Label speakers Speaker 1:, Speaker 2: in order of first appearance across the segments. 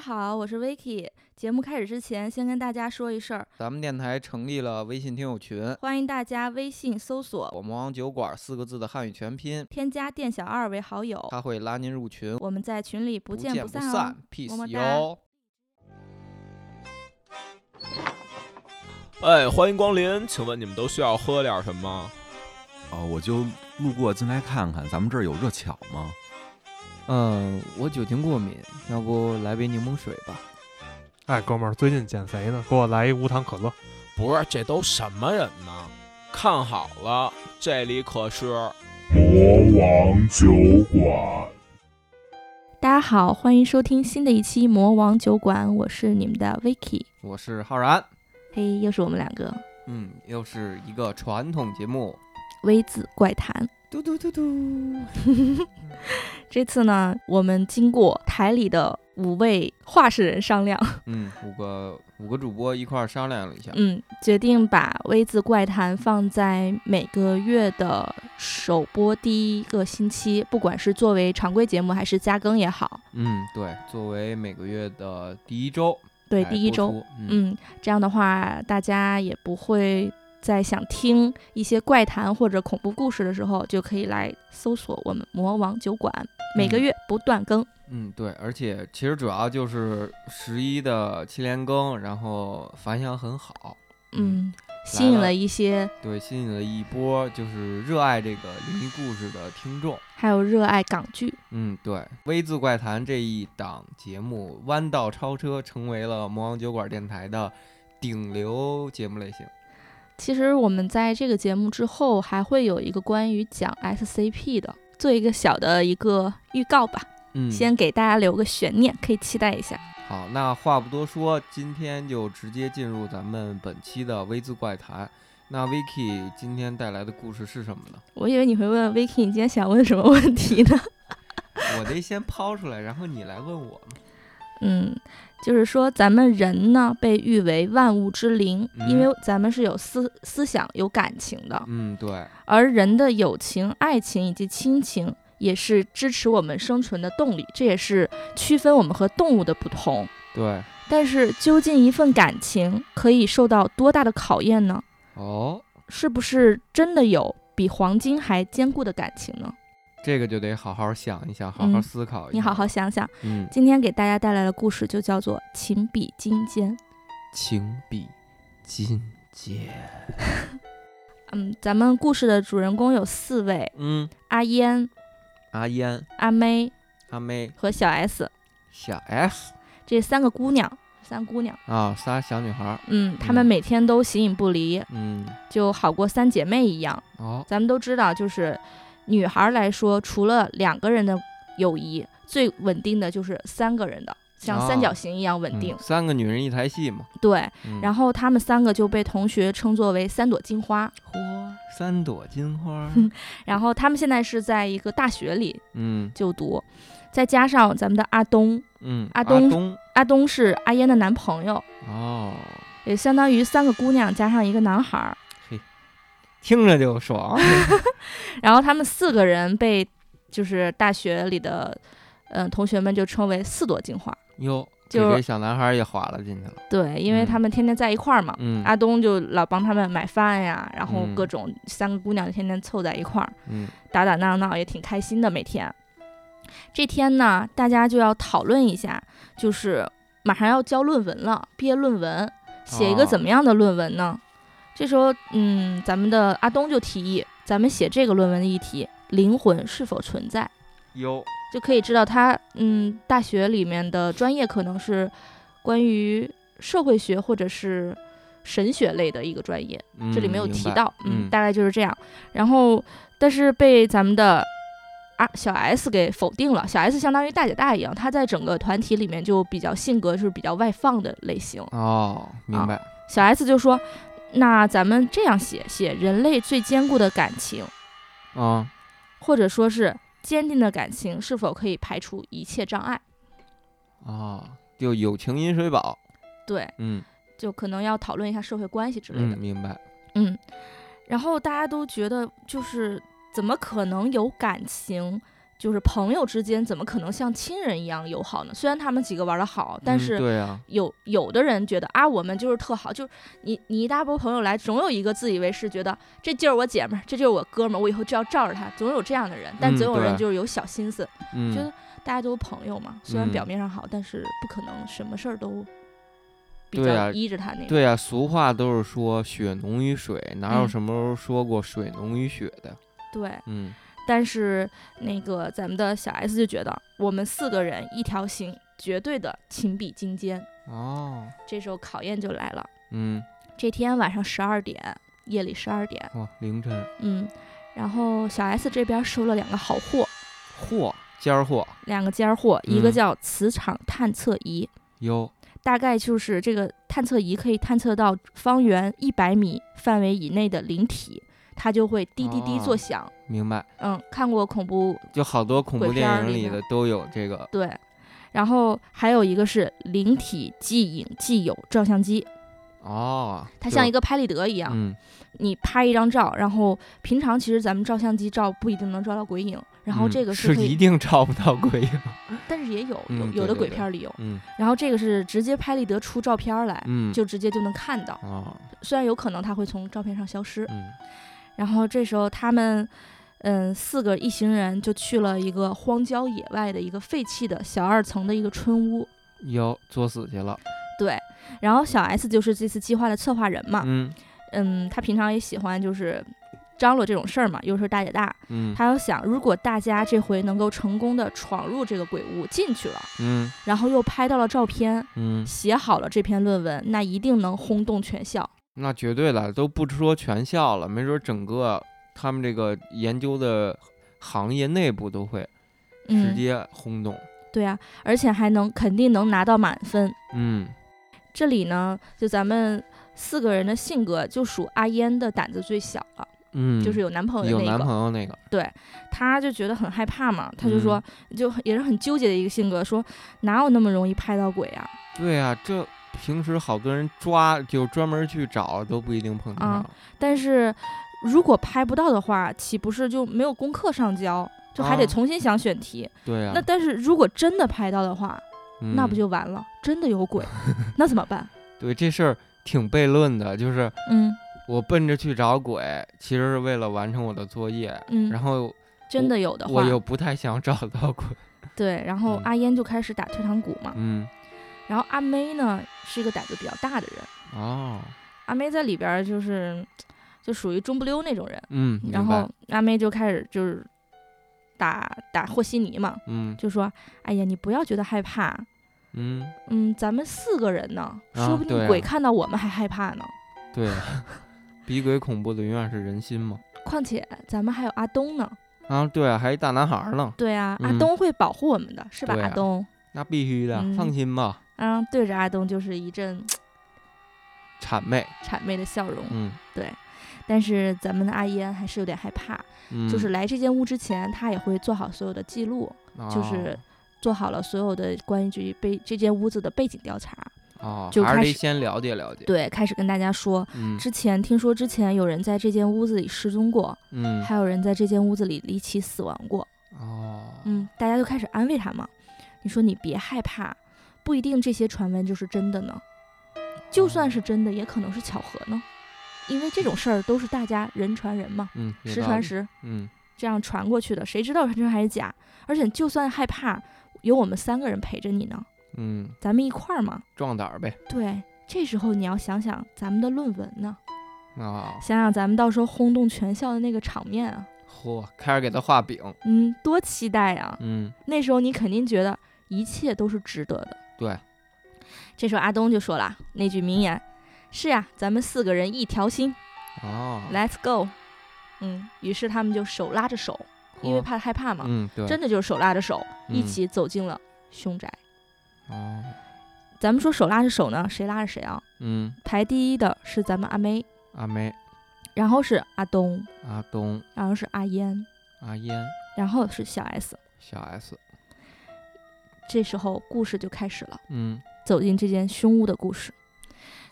Speaker 1: 好，我是 Vicky。节目开始之前，先跟大家说一声儿，
Speaker 2: 咱们电台成立了微信听友群，
Speaker 1: 欢迎大家微信搜索
Speaker 2: 我魔王酒馆四个字的汉语全拼，
Speaker 1: 添加店小二为好友，
Speaker 2: 他会拉您入群，
Speaker 1: 我们在群里
Speaker 2: 不
Speaker 1: 不见
Speaker 2: 不
Speaker 1: 散哦。
Speaker 2: 散
Speaker 1: 么么
Speaker 2: ，peace
Speaker 1: 哒
Speaker 2: 哟。
Speaker 3: 哎，欢迎光临，请问你们都需要喝点什么？
Speaker 4: 啊，我就路过进来看看，咱们这儿有热巧吗？
Speaker 2: 嗯，我酒精过敏，要不来杯柠檬水吧？
Speaker 5: 哎，哥们儿，最近减肥呢，给我来一无糖可乐。
Speaker 3: 不是，这都什么人呢？看好了，这里可是
Speaker 6: 魔王酒馆。
Speaker 1: 大家好，欢迎收听新的一期《魔王酒馆》，我是你们的 Vicky。
Speaker 2: 我是浩然，
Speaker 1: 嘿，又是我们两个
Speaker 2: 嗯，又是一个传统节目，
Speaker 1: 微子怪谈。
Speaker 2: 嘟嘟嘟嘟，
Speaker 1: 这次呢，我们经过台里的五位话事人商量，
Speaker 2: 嗯，五个五个主播一块儿商量了一下，
Speaker 1: 嗯，决定把《微字怪谈》放在每个月的首播第一个星期，不管是作为常规节目还是加更也好，
Speaker 2: 嗯，对，作为每个月的第一周，
Speaker 1: 对，
Speaker 2: 来
Speaker 1: 第一
Speaker 2: 播
Speaker 1: 周，
Speaker 2: 出，嗯，
Speaker 1: 嗯，这样的话大家也不会在想听一些怪谈或者恐怖故事的时候，就可以来搜索我们魔王酒馆，每个
Speaker 2: 嗯
Speaker 1: 月不断更。
Speaker 2: 嗯，对，而且其实主要就是十一的七连更，然后反响很好，
Speaker 1: 嗯，吸
Speaker 2: 来
Speaker 1: 引
Speaker 2: 了
Speaker 1: 了一些
Speaker 2: 对，吸引了一波就是热爱这个灵异故事的听众。
Speaker 1: 还有热爱港剧，
Speaker 2: 嗯，对，《微字怪谈》这一档节目弯道超车，成为了魔王酒馆电台的顶流节目类型。
Speaker 1: 其实我们在这个节目之后还会有一个关于讲 SCP 的，做一个小的一个预告吧，
Speaker 2: 嗯，
Speaker 1: 先给大家留个悬念，可以期待一下。
Speaker 2: 好，那话不多说，今天就直接进入咱们本期的《微字怪谈》。那 Vicky 今天带来的故事是什么呢？
Speaker 1: 我以为你会问 Vicky，你今天想问什么问题呢？
Speaker 2: 我得先抛出来，然后你来问我嘛。
Speaker 1: 嗯，就是说咱们人呢被誉为万物之灵，
Speaker 2: 嗯
Speaker 1: 因为咱们是有思思想、有感情的，
Speaker 2: 嗯，对，
Speaker 1: 而人的友情、爱情以及亲情也是支持我们生存的动力，这也是区分我们和动物的不同。
Speaker 2: 对，
Speaker 1: 但是，究竟一份感情可以受到多大的考验呢？
Speaker 2: 哦，
Speaker 1: 是不是真的有比黄金还坚固的感情呢？
Speaker 2: 这个就得好好想一想，好好
Speaker 1: 嗯
Speaker 2: 思考一下。
Speaker 1: 你好好，想想。
Speaker 2: 嗯，
Speaker 1: 今天给大家带来的故事就叫做《情比金坚》。
Speaker 2: 情比金坚。
Speaker 1: 嗯，咱们故事的主人公有四位：
Speaker 2: 嗯，
Speaker 1: 阿烟、
Speaker 2: 阿烟、
Speaker 1: 阿妹
Speaker 2: 阿妹、
Speaker 1: 和小 S
Speaker 2: 小 S
Speaker 1: 这三个姑娘，三姑娘。
Speaker 2: 啊，仨小女孩儿。
Speaker 1: 嗯，她们
Speaker 2: 嗯
Speaker 1: 每天都形影不离，
Speaker 2: 嗯，
Speaker 1: 就好过三姐妹一样。
Speaker 2: 哦，
Speaker 1: 咱们都知道，就是女孩来说，除了两个人的友谊，最稳定的就是三个人的，像三角
Speaker 2: 哦
Speaker 1: 形一样稳定。
Speaker 2: 嗯三个女人一台戏嘛。
Speaker 1: 对，
Speaker 2: 嗯、
Speaker 1: 然
Speaker 2: 后
Speaker 1: 后她们三个就被同学称作为三朵金花。
Speaker 2: 三朵金花儿。
Speaker 1: 然后她们现在是在一个大学里
Speaker 2: 嗯
Speaker 1: 就读，再加上咱们的阿东，
Speaker 2: 嗯，
Speaker 1: 阿
Speaker 2: 东
Speaker 1: 东阿东是阿烟的男朋友，
Speaker 2: 哦，
Speaker 1: 也相当于三个姑娘加上一个男孩儿，
Speaker 2: 听着就爽。
Speaker 1: 然后他们四个人被就是大学里的嗯、呃同学们就称为四朵金花。
Speaker 2: 哟，
Speaker 1: 就
Speaker 2: 给这小男孩儿也滑了进去了。
Speaker 1: 对，因为
Speaker 2: 嗯
Speaker 1: 他们天天在一块儿嘛，
Speaker 2: 嗯
Speaker 1: 阿东就老帮他们买饭呀，然后
Speaker 2: 嗯
Speaker 1: 各种三个姑娘天天凑在一块儿
Speaker 2: 嗯
Speaker 1: 打打闹闹，也挺开心的每天。这天呢，大家就要讨论一下，就是马上要交论文了，毕业论文，写一个
Speaker 2: 哦
Speaker 1: 怎么样的论文呢？这时候，嗯，咱们的阿东就提议，咱们写这个论文的议题“灵魂是否存在”。
Speaker 2: 哟，
Speaker 1: 就可以知道他嗯，大学里面的专业可能是关于社会学或者是神学类的一个专业，这里没有
Speaker 2: 嗯明
Speaker 1: 提
Speaker 2: 白
Speaker 1: 到，
Speaker 2: 嗯，
Speaker 1: 大概就是这样。然后，但是被咱们的啊小 S 给否定了。小 S 相当于大姐大一样，她在整个团体里面就比较性格是比较外放的类型。
Speaker 2: 哦，
Speaker 1: 啊
Speaker 2: 明白。
Speaker 1: 小 S 就说：“那咱们这样写，写人类最坚固的感情，
Speaker 2: 啊，
Speaker 1: 或者说是坚定的感情，是否可以排除一切障碍？”
Speaker 2: 哦，就友情饮水饱。
Speaker 1: 对，
Speaker 2: 嗯
Speaker 1: 就可能要讨论一下社会关系之类的
Speaker 2: 嗯，。明白。
Speaker 1: 嗯然后大家都觉得就是怎么可能有感情就是朋友之间怎么可能像亲人一样友好呢？虽然他们几个玩的好，但
Speaker 2: 嗯
Speaker 1: 是
Speaker 2: 对啊，
Speaker 1: 有有的人觉得啊，我们就是特好，就是你你一大波朋友来，总有一个自以为是，觉得这就是我姐们儿，这就是我哥们儿，我以后就要罩着他，总有这样的人，但
Speaker 2: 嗯
Speaker 1: 总有人
Speaker 2: 对
Speaker 1: 就是有小心思，觉
Speaker 2: 嗯
Speaker 1: 得大家都是朋友嘛，虽然
Speaker 2: 嗯
Speaker 1: 表面上好，但是不可能什么事儿都比
Speaker 2: 对啊
Speaker 1: 较依着他那种。
Speaker 2: 对啊，俗话都是说血浓于水，哪有
Speaker 1: 嗯
Speaker 2: 什么时候说过水浓于血的？
Speaker 1: 对，
Speaker 2: 嗯
Speaker 1: 但是那个咱们的小 S 就觉得我们四个人一条心，绝对的情比金坚。
Speaker 2: 哦，
Speaker 1: 这时候考验就来了，
Speaker 2: 嗯
Speaker 1: 这天晚上十二点，夜里十二点。
Speaker 2: 哇，哦凌晨
Speaker 1: 嗯，然后小 S 这边收了两个好货，
Speaker 2: 嚯，尖儿货
Speaker 1: 两个尖儿货，一个
Speaker 2: 嗯
Speaker 1: 叫磁场探测仪，
Speaker 2: 哟，
Speaker 1: 大概就是这个探测仪可以探测到方圆一百米范围以内的灵体，它就会滴滴滴作
Speaker 2: 哦
Speaker 1: 响。
Speaker 2: 明白，
Speaker 1: 嗯，看过恐怖
Speaker 2: 就好多恐
Speaker 1: 鬼
Speaker 2: 怖
Speaker 1: 片儿
Speaker 2: 电影
Speaker 1: 里
Speaker 2: 里
Speaker 1: 面
Speaker 2: 的都有这个
Speaker 1: 对，然后还有一个是灵体即影即有照相机，
Speaker 2: 哦，
Speaker 1: 它
Speaker 2: 就
Speaker 1: 像一个拍立得一样，
Speaker 2: 嗯
Speaker 1: 你拍一张照，然后平常其实咱们照相机照不一定能照到鬼影，然后
Speaker 2: 嗯
Speaker 1: 这个
Speaker 2: 是
Speaker 1: 可以，
Speaker 2: 一定找不到鬼影，
Speaker 1: 但是也有有
Speaker 2: 嗯
Speaker 1: 有的
Speaker 2: 对对
Speaker 1: 鬼
Speaker 2: 对
Speaker 1: 片里有，
Speaker 2: 嗯
Speaker 1: 然后这个是直接拍立得出照片儿来，
Speaker 2: 嗯
Speaker 1: 就直接就能看到。
Speaker 2: 哦
Speaker 1: 虽然有可能它会从照片上消失。
Speaker 2: 嗯
Speaker 1: 然后这时候他们，嗯，四个一行人就去了一个荒郊野外的一个废弃的小二层的一个村屋。
Speaker 2: 哟，作死去了，
Speaker 1: 对，然后小 S 就是这次计划的策划人嘛，
Speaker 2: 嗯
Speaker 1: 嗯，他平常也喜欢就是张罗这种事儿嘛，又是大姐大，
Speaker 2: 嗯
Speaker 1: 他又想，如果大家这回能够成功的闯入这个鬼屋进去了，
Speaker 2: 嗯
Speaker 1: 然后又拍到了照片，
Speaker 2: 嗯，
Speaker 1: 写好了这篇论文，那一定能轰动全校。
Speaker 2: 那绝对了，都不说全校了，没准整个他们这个研究的行业内部都会直
Speaker 1: 嗯，
Speaker 2: 接轰动，
Speaker 1: 对啊，而且还能肯定能拿到满分。
Speaker 2: 嗯
Speaker 1: 这里呢，就咱们四个人的性格，就属阿烟的胆子最小了，
Speaker 2: 嗯，
Speaker 1: 就是有男朋友
Speaker 2: 有
Speaker 1: 的那
Speaker 2: 男
Speaker 1: 个，
Speaker 2: 朋友那个，
Speaker 1: 她就觉得很害怕嘛，她就说，
Speaker 2: 嗯
Speaker 1: 就也是很纠结的一个性格，说哪有那么容易拍到鬼啊？
Speaker 2: 对啊，这平时好多人抓就专门去找都不一定碰得
Speaker 1: 啊
Speaker 2: 上，
Speaker 1: 但是如果拍不到的话，岂不是就没有功课上交，就还得
Speaker 2: 啊
Speaker 1: 重新想选题？
Speaker 2: 对啊，
Speaker 1: 那但是如果真的拍到的话，那不
Speaker 2: 嗯
Speaker 1: 就完了？真的有 鬼，那怎么办？
Speaker 2: 对这事儿挺悖论的，就是
Speaker 1: 嗯
Speaker 2: 我奔着去找鬼，其实是为了完成我的作业，然
Speaker 1: 嗯，
Speaker 2: 后
Speaker 1: 真的有的
Speaker 2: 我
Speaker 1: 话，
Speaker 2: 又不太想找到鬼，
Speaker 1: 对，然后
Speaker 2: 嗯
Speaker 1: 阿烟就开始打退堂鼓嘛。
Speaker 2: 嗯，
Speaker 1: 然后阿妹呢是一个胆子比较大的人，
Speaker 2: 哦，
Speaker 1: 阿妹在里边儿就是就属于中不溜那种人，
Speaker 2: 嗯，明
Speaker 1: 然
Speaker 2: 白
Speaker 1: 后，阿妹就开始就是打打和稀泥嘛，
Speaker 2: 嗯
Speaker 1: 就说：“哎呀，你不要觉得害怕，
Speaker 2: 嗯，
Speaker 1: 嗯，咱们四个人呢，
Speaker 2: 啊
Speaker 1: 说不定
Speaker 2: 对啊
Speaker 1: 鬼看到我们还害怕呢。
Speaker 2: 对啊，比鬼恐怖的永远是人心嘛。
Speaker 1: 况且咱们还有阿东呢，
Speaker 2: 啊，对啊，还一大男孩儿呢，
Speaker 1: 对啊，阿
Speaker 2: 嗯
Speaker 1: 东会保护我们的，是吧？
Speaker 2: 对
Speaker 1: 阿
Speaker 2: 啊
Speaker 1: 东，
Speaker 2: 那必须的，
Speaker 1: 嗯
Speaker 2: 放心吧，
Speaker 1: 嗯，对着阿东就是一阵
Speaker 2: 谄媚，
Speaker 1: 谄媚的笑容。
Speaker 2: 嗯
Speaker 1: 但是咱们的阿烟还是有点害怕，
Speaker 2: 嗯，
Speaker 1: 就是来这间屋之前，她也会做好所有的记录，就是做好了所有的关于被这间屋子的背景调查，
Speaker 2: 哦，哦
Speaker 1: 就
Speaker 2: 还
Speaker 1: 开
Speaker 2: 是得
Speaker 1: 始
Speaker 2: 先了解了解，
Speaker 1: 对，开始跟大家说，
Speaker 2: 嗯
Speaker 1: 之前听说之前有人在这间屋子里失踪过，
Speaker 2: 嗯
Speaker 1: 还有人在这间屋子里离奇死亡过，
Speaker 2: 哦，
Speaker 1: 嗯，大家就开始安慰他嘛，你说你别害怕，不一定这些传闻就是真的呢，就算
Speaker 2: 哦
Speaker 1: 是真的，也可能是巧合呢，因为这种事儿都是大家人传人嘛，
Speaker 2: 嗯，有
Speaker 1: 实
Speaker 2: 道
Speaker 1: 传
Speaker 2: 理，
Speaker 1: 实，
Speaker 2: 嗯
Speaker 1: 这样传过去的，谁知道是真还是假？而且就算害怕，有我们三个人陪着你呢，
Speaker 2: 嗯，
Speaker 1: 咱们一块儿嘛。
Speaker 2: 壮胆儿呗，
Speaker 1: 对，这时候你要想想咱们的论文呢，
Speaker 2: 啊，
Speaker 1: 想想咱们到时候轰动全校的那个场面啊，
Speaker 2: 嚯，开始给他画饼，
Speaker 1: 嗯，多期待啊！
Speaker 2: 嗯，
Speaker 1: 那时候你肯定觉得一切都是值得的。
Speaker 2: 对，
Speaker 1: 这时候阿东就说了那句名言：“是啊，咱们四个人一条心
Speaker 2: 哦，，
Speaker 1: ，Let's go。”嗯，于是他们就手拉着手，因为，怕害怕嘛，
Speaker 2: 嗯，对，
Speaker 1: 真的就是手拉着手一
Speaker 2: 哦嗯
Speaker 1: 起走进了凶宅。
Speaker 2: 哦，
Speaker 1: 咱们说手拉着手呢，谁拉着谁啊？
Speaker 2: 嗯，
Speaker 1: 排第一的是咱们阿妹，
Speaker 2: 阿梅、
Speaker 1: 然后是阿东，
Speaker 2: 阿东、
Speaker 1: 然后是阿烟，
Speaker 2: 阿烟、
Speaker 1: 然后是小 S。
Speaker 2: 小 S，
Speaker 1: 这时候故事就开始了，
Speaker 2: 嗯，
Speaker 1: 走进这间凶屋的故事。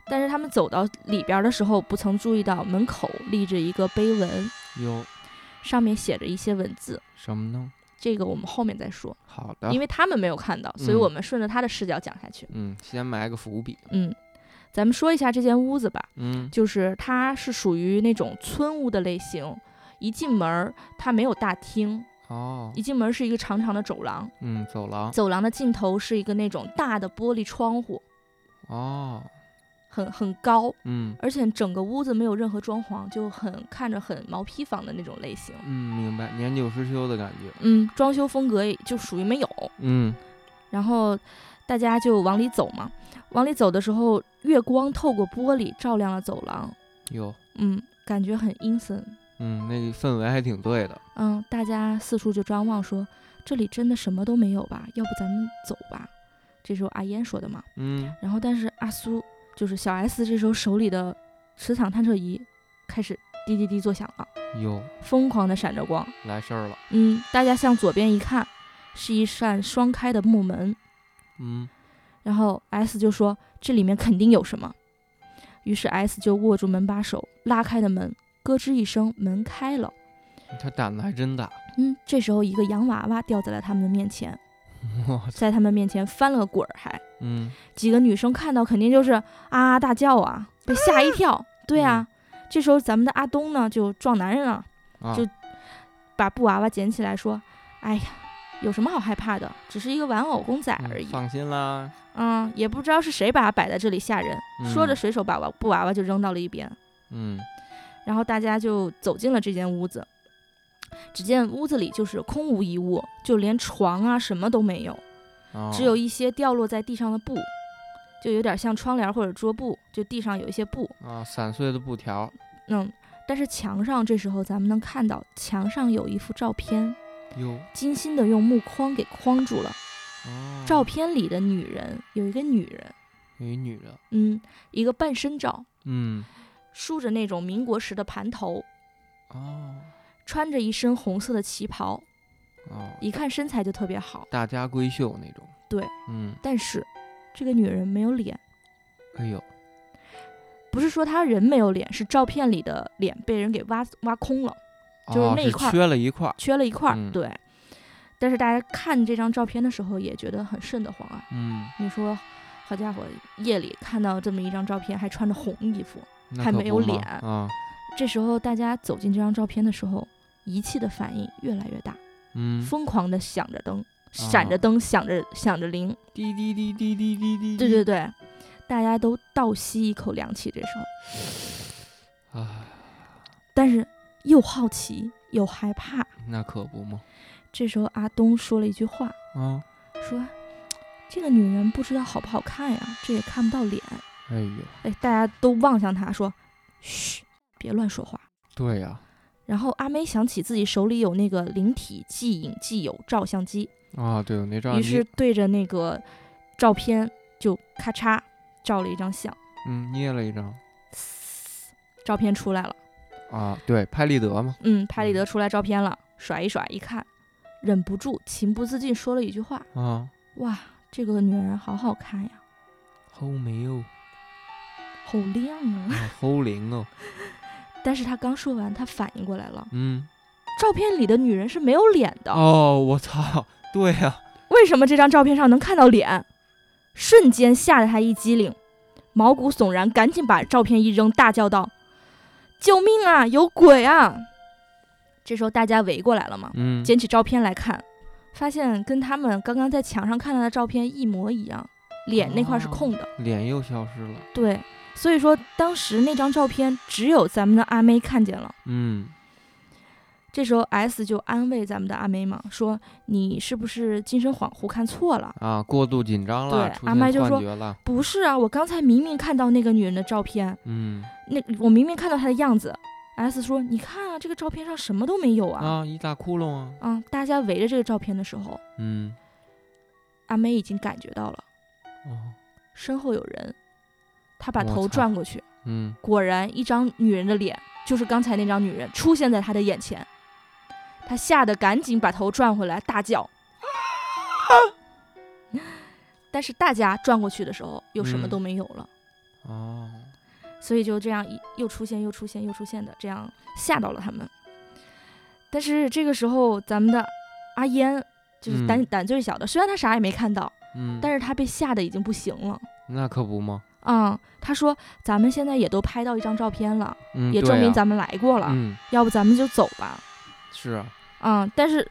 Speaker 1: 但是他们走到里边的时候，不曾注意到门口立着一个碑文，
Speaker 2: 有
Speaker 1: 上面写着一些文字，
Speaker 2: 什么呢？
Speaker 1: 这个我们后面再说，
Speaker 2: 好的
Speaker 1: 因，为他们没有看到，所以
Speaker 2: 啊嗯
Speaker 1: 我们顺着他的视角讲下去。
Speaker 2: 嗯，先埋个伏笔，
Speaker 1: 嗯，咱们说一下这间屋子吧，
Speaker 2: 嗯
Speaker 1: 就是它是属于那种村屋的类型，一进门儿它没有大厅，
Speaker 2: 哦
Speaker 1: 一，进门儿是一个长长的走廊，
Speaker 2: 嗯，走廊，
Speaker 1: 走廊的尽头是一个那种大的玻璃窗户，
Speaker 2: 哦，
Speaker 1: 很很高，
Speaker 2: 嗯
Speaker 1: 而且整个屋子没有任何装潢，就很看着很毛坯房的那种类型。
Speaker 2: 嗯，明白，年久失修的感觉，
Speaker 1: 嗯，装修风格也就属于没有。
Speaker 2: 嗯
Speaker 1: 然后大家就往里走嘛，往里走的时候，月光透过玻璃照亮了走廊，
Speaker 2: 有，
Speaker 1: 嗯，感觉很阴森。
Speaker 2: 嗯，那个氛围还挺对的，
Speaker 1: 嗯，大家四处就张望，说这里真的什么都没有吧？要不咱们走吧？这时候阿烟说的嘛。
Speaker 2: 嗯，
Speaker 1: 然后，但是阿苏就是小 S，这时候手里的磁场探测仪开始滴滴滴作响了，
Speaker 2: 有
Speaker 1: 疯狂的闪着光。
Speaker 2: 来事儿了，
Speaker 1: 嗯，大家向左边一看，是一扇双开的木门。
Speaker 2: 嗯
Speaker 1: 然后 S 就说这里面肯定有什么，于是 S 就握住门把手，拉开的门，咯吱一声，门开了。
Speaker 2: 他胆子还真大，
Speaker 1: 嗯，这时候一个洋娃娃掉在了他们的面前，
Speaker 2: 我操，
Speaker 1: 在他们面前翻了个滚儿还，
Speaker 2: 嗯
Speaker 1: 几个女生看到肯定就是啊啊大叫啊，被吓一跳。对啊，这时候咱们的阿东呢就撞男人了，
Speaker 2: 啊，
Speaker 1: 就把布娃娃捡起来说：“哎呀，有什么好害怕的？只是一个玩偶公仔
Speaker 2: 嗯
Speaker 1: 而已。
Speaker 2: 放心啦，
Speaker 1: 嗯，也不知道是谁把它摆在这里吓人。说着，
Speaker 2: 嗯
Speaker 1: 随手把娃布娃娃就扔到了一边，
Speaker 2: 嗯，
Speaker 1: 然后大家就走进了这间屋子。只见屋子里就是空无一物，就连床啊什么都没有，
Speaker 2: 哦
Speaker 1: 只有一些掉落在地上的布，就有点像窗帘或者桌布，就地上有一些布。
Speaker 2: 啊散碎的布条，
Speaker 1: 嗯，但是墙上这时候咱们能看到，墙上有一幅照片，
Speaker 2: 有，
Speaker 1: 精心的用木框给框住了。
Speaker 2: 哦
Speaker 1: 照片里的女人有一个女人，
Speaker 2: 有一女的，
Speaker 1: 嗯，一个半身照，
Speaker 2: 嗯，
Speaker 1: 梳着那种民国时的盘头，
Speaker 2: 哦
Speaker 1: 穿着一身红色的旗袍，
Speaker 2: 哦，
Speaker 1: 一看身材就特别好，
Speaker 2: 大家闺秀那种，
Speaker 1: 对，
Speaker 2: 嗯，
Speaker 1: 但是这个女人没有脸，
Speaker 2: 哎呦，
Speaker 1: 不是说她人没有脸，是照片里的脸被人给挖挖空了，就是
Speaker 2: 哦
Speaker 1: 那一块儿
Speaker 2: 缺了一块儿，
Speaker 1: 缺了一块儿。
Speaker 2: 嗯
Speaker 1: 对，但是大家看这张照片的时候也觉得很瘆得慌啊！
Speaker 2: 嗯，
Speaker 1: 你说，好家伙，夜里看到这么一张照片，还穿着红衣服，
Speaker 2: 那
Speaker 1: 还
Speaker 2: 可
Speaker 1: 没
Speaker 2: 不
Speaker 1: 有
Speaker 2: 嘛
Speaker 1: 脸
Speaker 2: 啊，
Speaker 1: 这时候大家走进这张照片的时候，仪器的反应越来越大，
Speaker 2: 嗯，啊
Speaker 1: 疯狂的响着灯，闪着灯，响着响着铃，
Speaker 2: 滴滴滴滴滴滴滴，
Speaker 1: 对对对，大家都倒吸一口凉气。这时候，
Speaker 2: 啊，
Speaker 1: 但是又好奇又害怕。
Speaker 2: 那可不嘛，
Speaker 1: 这时候阿东说了一句话，
Speaker 2: 啊，
Speaker 1: 说：“这个女人不知道好不好看呀，这也看不到脸。
Speaker 2: 哎呦，”
Speaker 1: 哎，大家都望向他说：“嘘，别乱说话。
Speaker 2: 对呀，”
Speaker 1: 然后阿妹想起自己手里有那个灵体即影即有照相机，
Speaker 2: 啊，对，我那照
Speaker 1: 于
Speaker 2: 相
Speaker 1: 是
Speaker 2: 机，
Speaker 1: 对着那个照片就咔嚓照了一张相，
Speaker 2: 嗯，捏了一张，
Speaker 1: 嘶照片出来了。
Speaker 2: 啊，对，拍立得嘛，
Speaker 1: 嗯，拍立得出来照片了，甩一甩，一看，忍不住情不自禁说了一句话
Speaker 2: 啊，：“
Speaker 1: 哇，这个女人好好看呀，
Speaker 2: 好美哦，
Speaker 1: 好亮啊
Speaker 2: 啊好灵哦，！”
Speaker 1: 但是她刚说完，她反应过来了，
Speaker 2: 嗯，
Speaker 1: 照片里的女人是没有脸的，
Speaker 2: 哦，我操，对呀，
Speaker 1: 为什么这张照片上能看到脸？瞬间吓得她一激灵，毛骨悚然，赶紧把照片一扔，大叫道：“救命啊！有鬼啊！”这时候大家围过来了嘛，
Speaker 2: 嗯，
Speaker 1: 捡起照片来看，发现跟他们刚刚在墙上看到的照片一模一样，脸那块是空的。
Speaker 2: 脸又消失了，
Speaker 1: 对，所以说当时那张照片只有咱们的阿妹看见了。
Speaker 2: 嗯，
Speaker 1: 这时候 S 就安慰咱们的阿妹嘛，说你是不是精神恍惚看错了？
Speaker 2: 啊，过度紧张了，
Speaker 1: 对
Speaker 2: 出
Speaker 1: 阿
Speaker 2: 现
Speaker 1: 麦就
Speaker 2: 幻
Speaker 1: 说
Speaker 2: 觉了，
Speaker 1: 不是啊，我刚才明明看到那个女人的照片，
Speaker 2: 嗯，
Speaker 1: 那我明明看到她的样子。S 说：“你看啊，这个照片上什么都没有啊！
Speaker 2: 啊，一大窟窿啊，
Speaker 1: 啊、大家围着这个照片的时候，
Speaker 2: 嗯，
Speaker 1: 阿妹已经感觉到了
Speaker 2: 哦，
Speaker 1: 身后有人，她把
Speaker 2: 我
Speaker 1: 头
Speaker 2: 操
Speaker 1: 转过去，
Speaker 2: 嗯，
Speaker 1: 果然，一张女人的脸，就是刚才那张女人，出现在他的眼前。他吓得赶紧把头转回来，大叫。 但是大家转过去的时候，又什么
Speaker 2: 嗯
Speaker 1: 都没有了，
Speaker 2: 哦，
Speaker 1: 所以就这样一又出现又出现又出现的，这样吓到了他们。但是这个时候，咱们的阿烟，就是胆、
Speaker 2: 嗯
Speaker 1: 胆最小的，虽然他啥也没看到，
Speaker 2: 嗯，
Speaker 1: 但
Speaker 2: 是
Speaker 1: 是他被吓得已经不行了。
Speaker 2: 那可不吗？
Speaker 1: 啊、他说咱们现在也都拍到一张照片了，
Speaker 2: 嗯，
Speaker 1: 也
Speaker 2: 对
Speaker 1: 证明
Speaker 2: 啊
Speaker 1: 咱们来过了，
Speaker 2: 嗯
Speaker 1: 要不咱们就走吧。
Speaker 2: 是啊，
Speaker 1: 啊、但是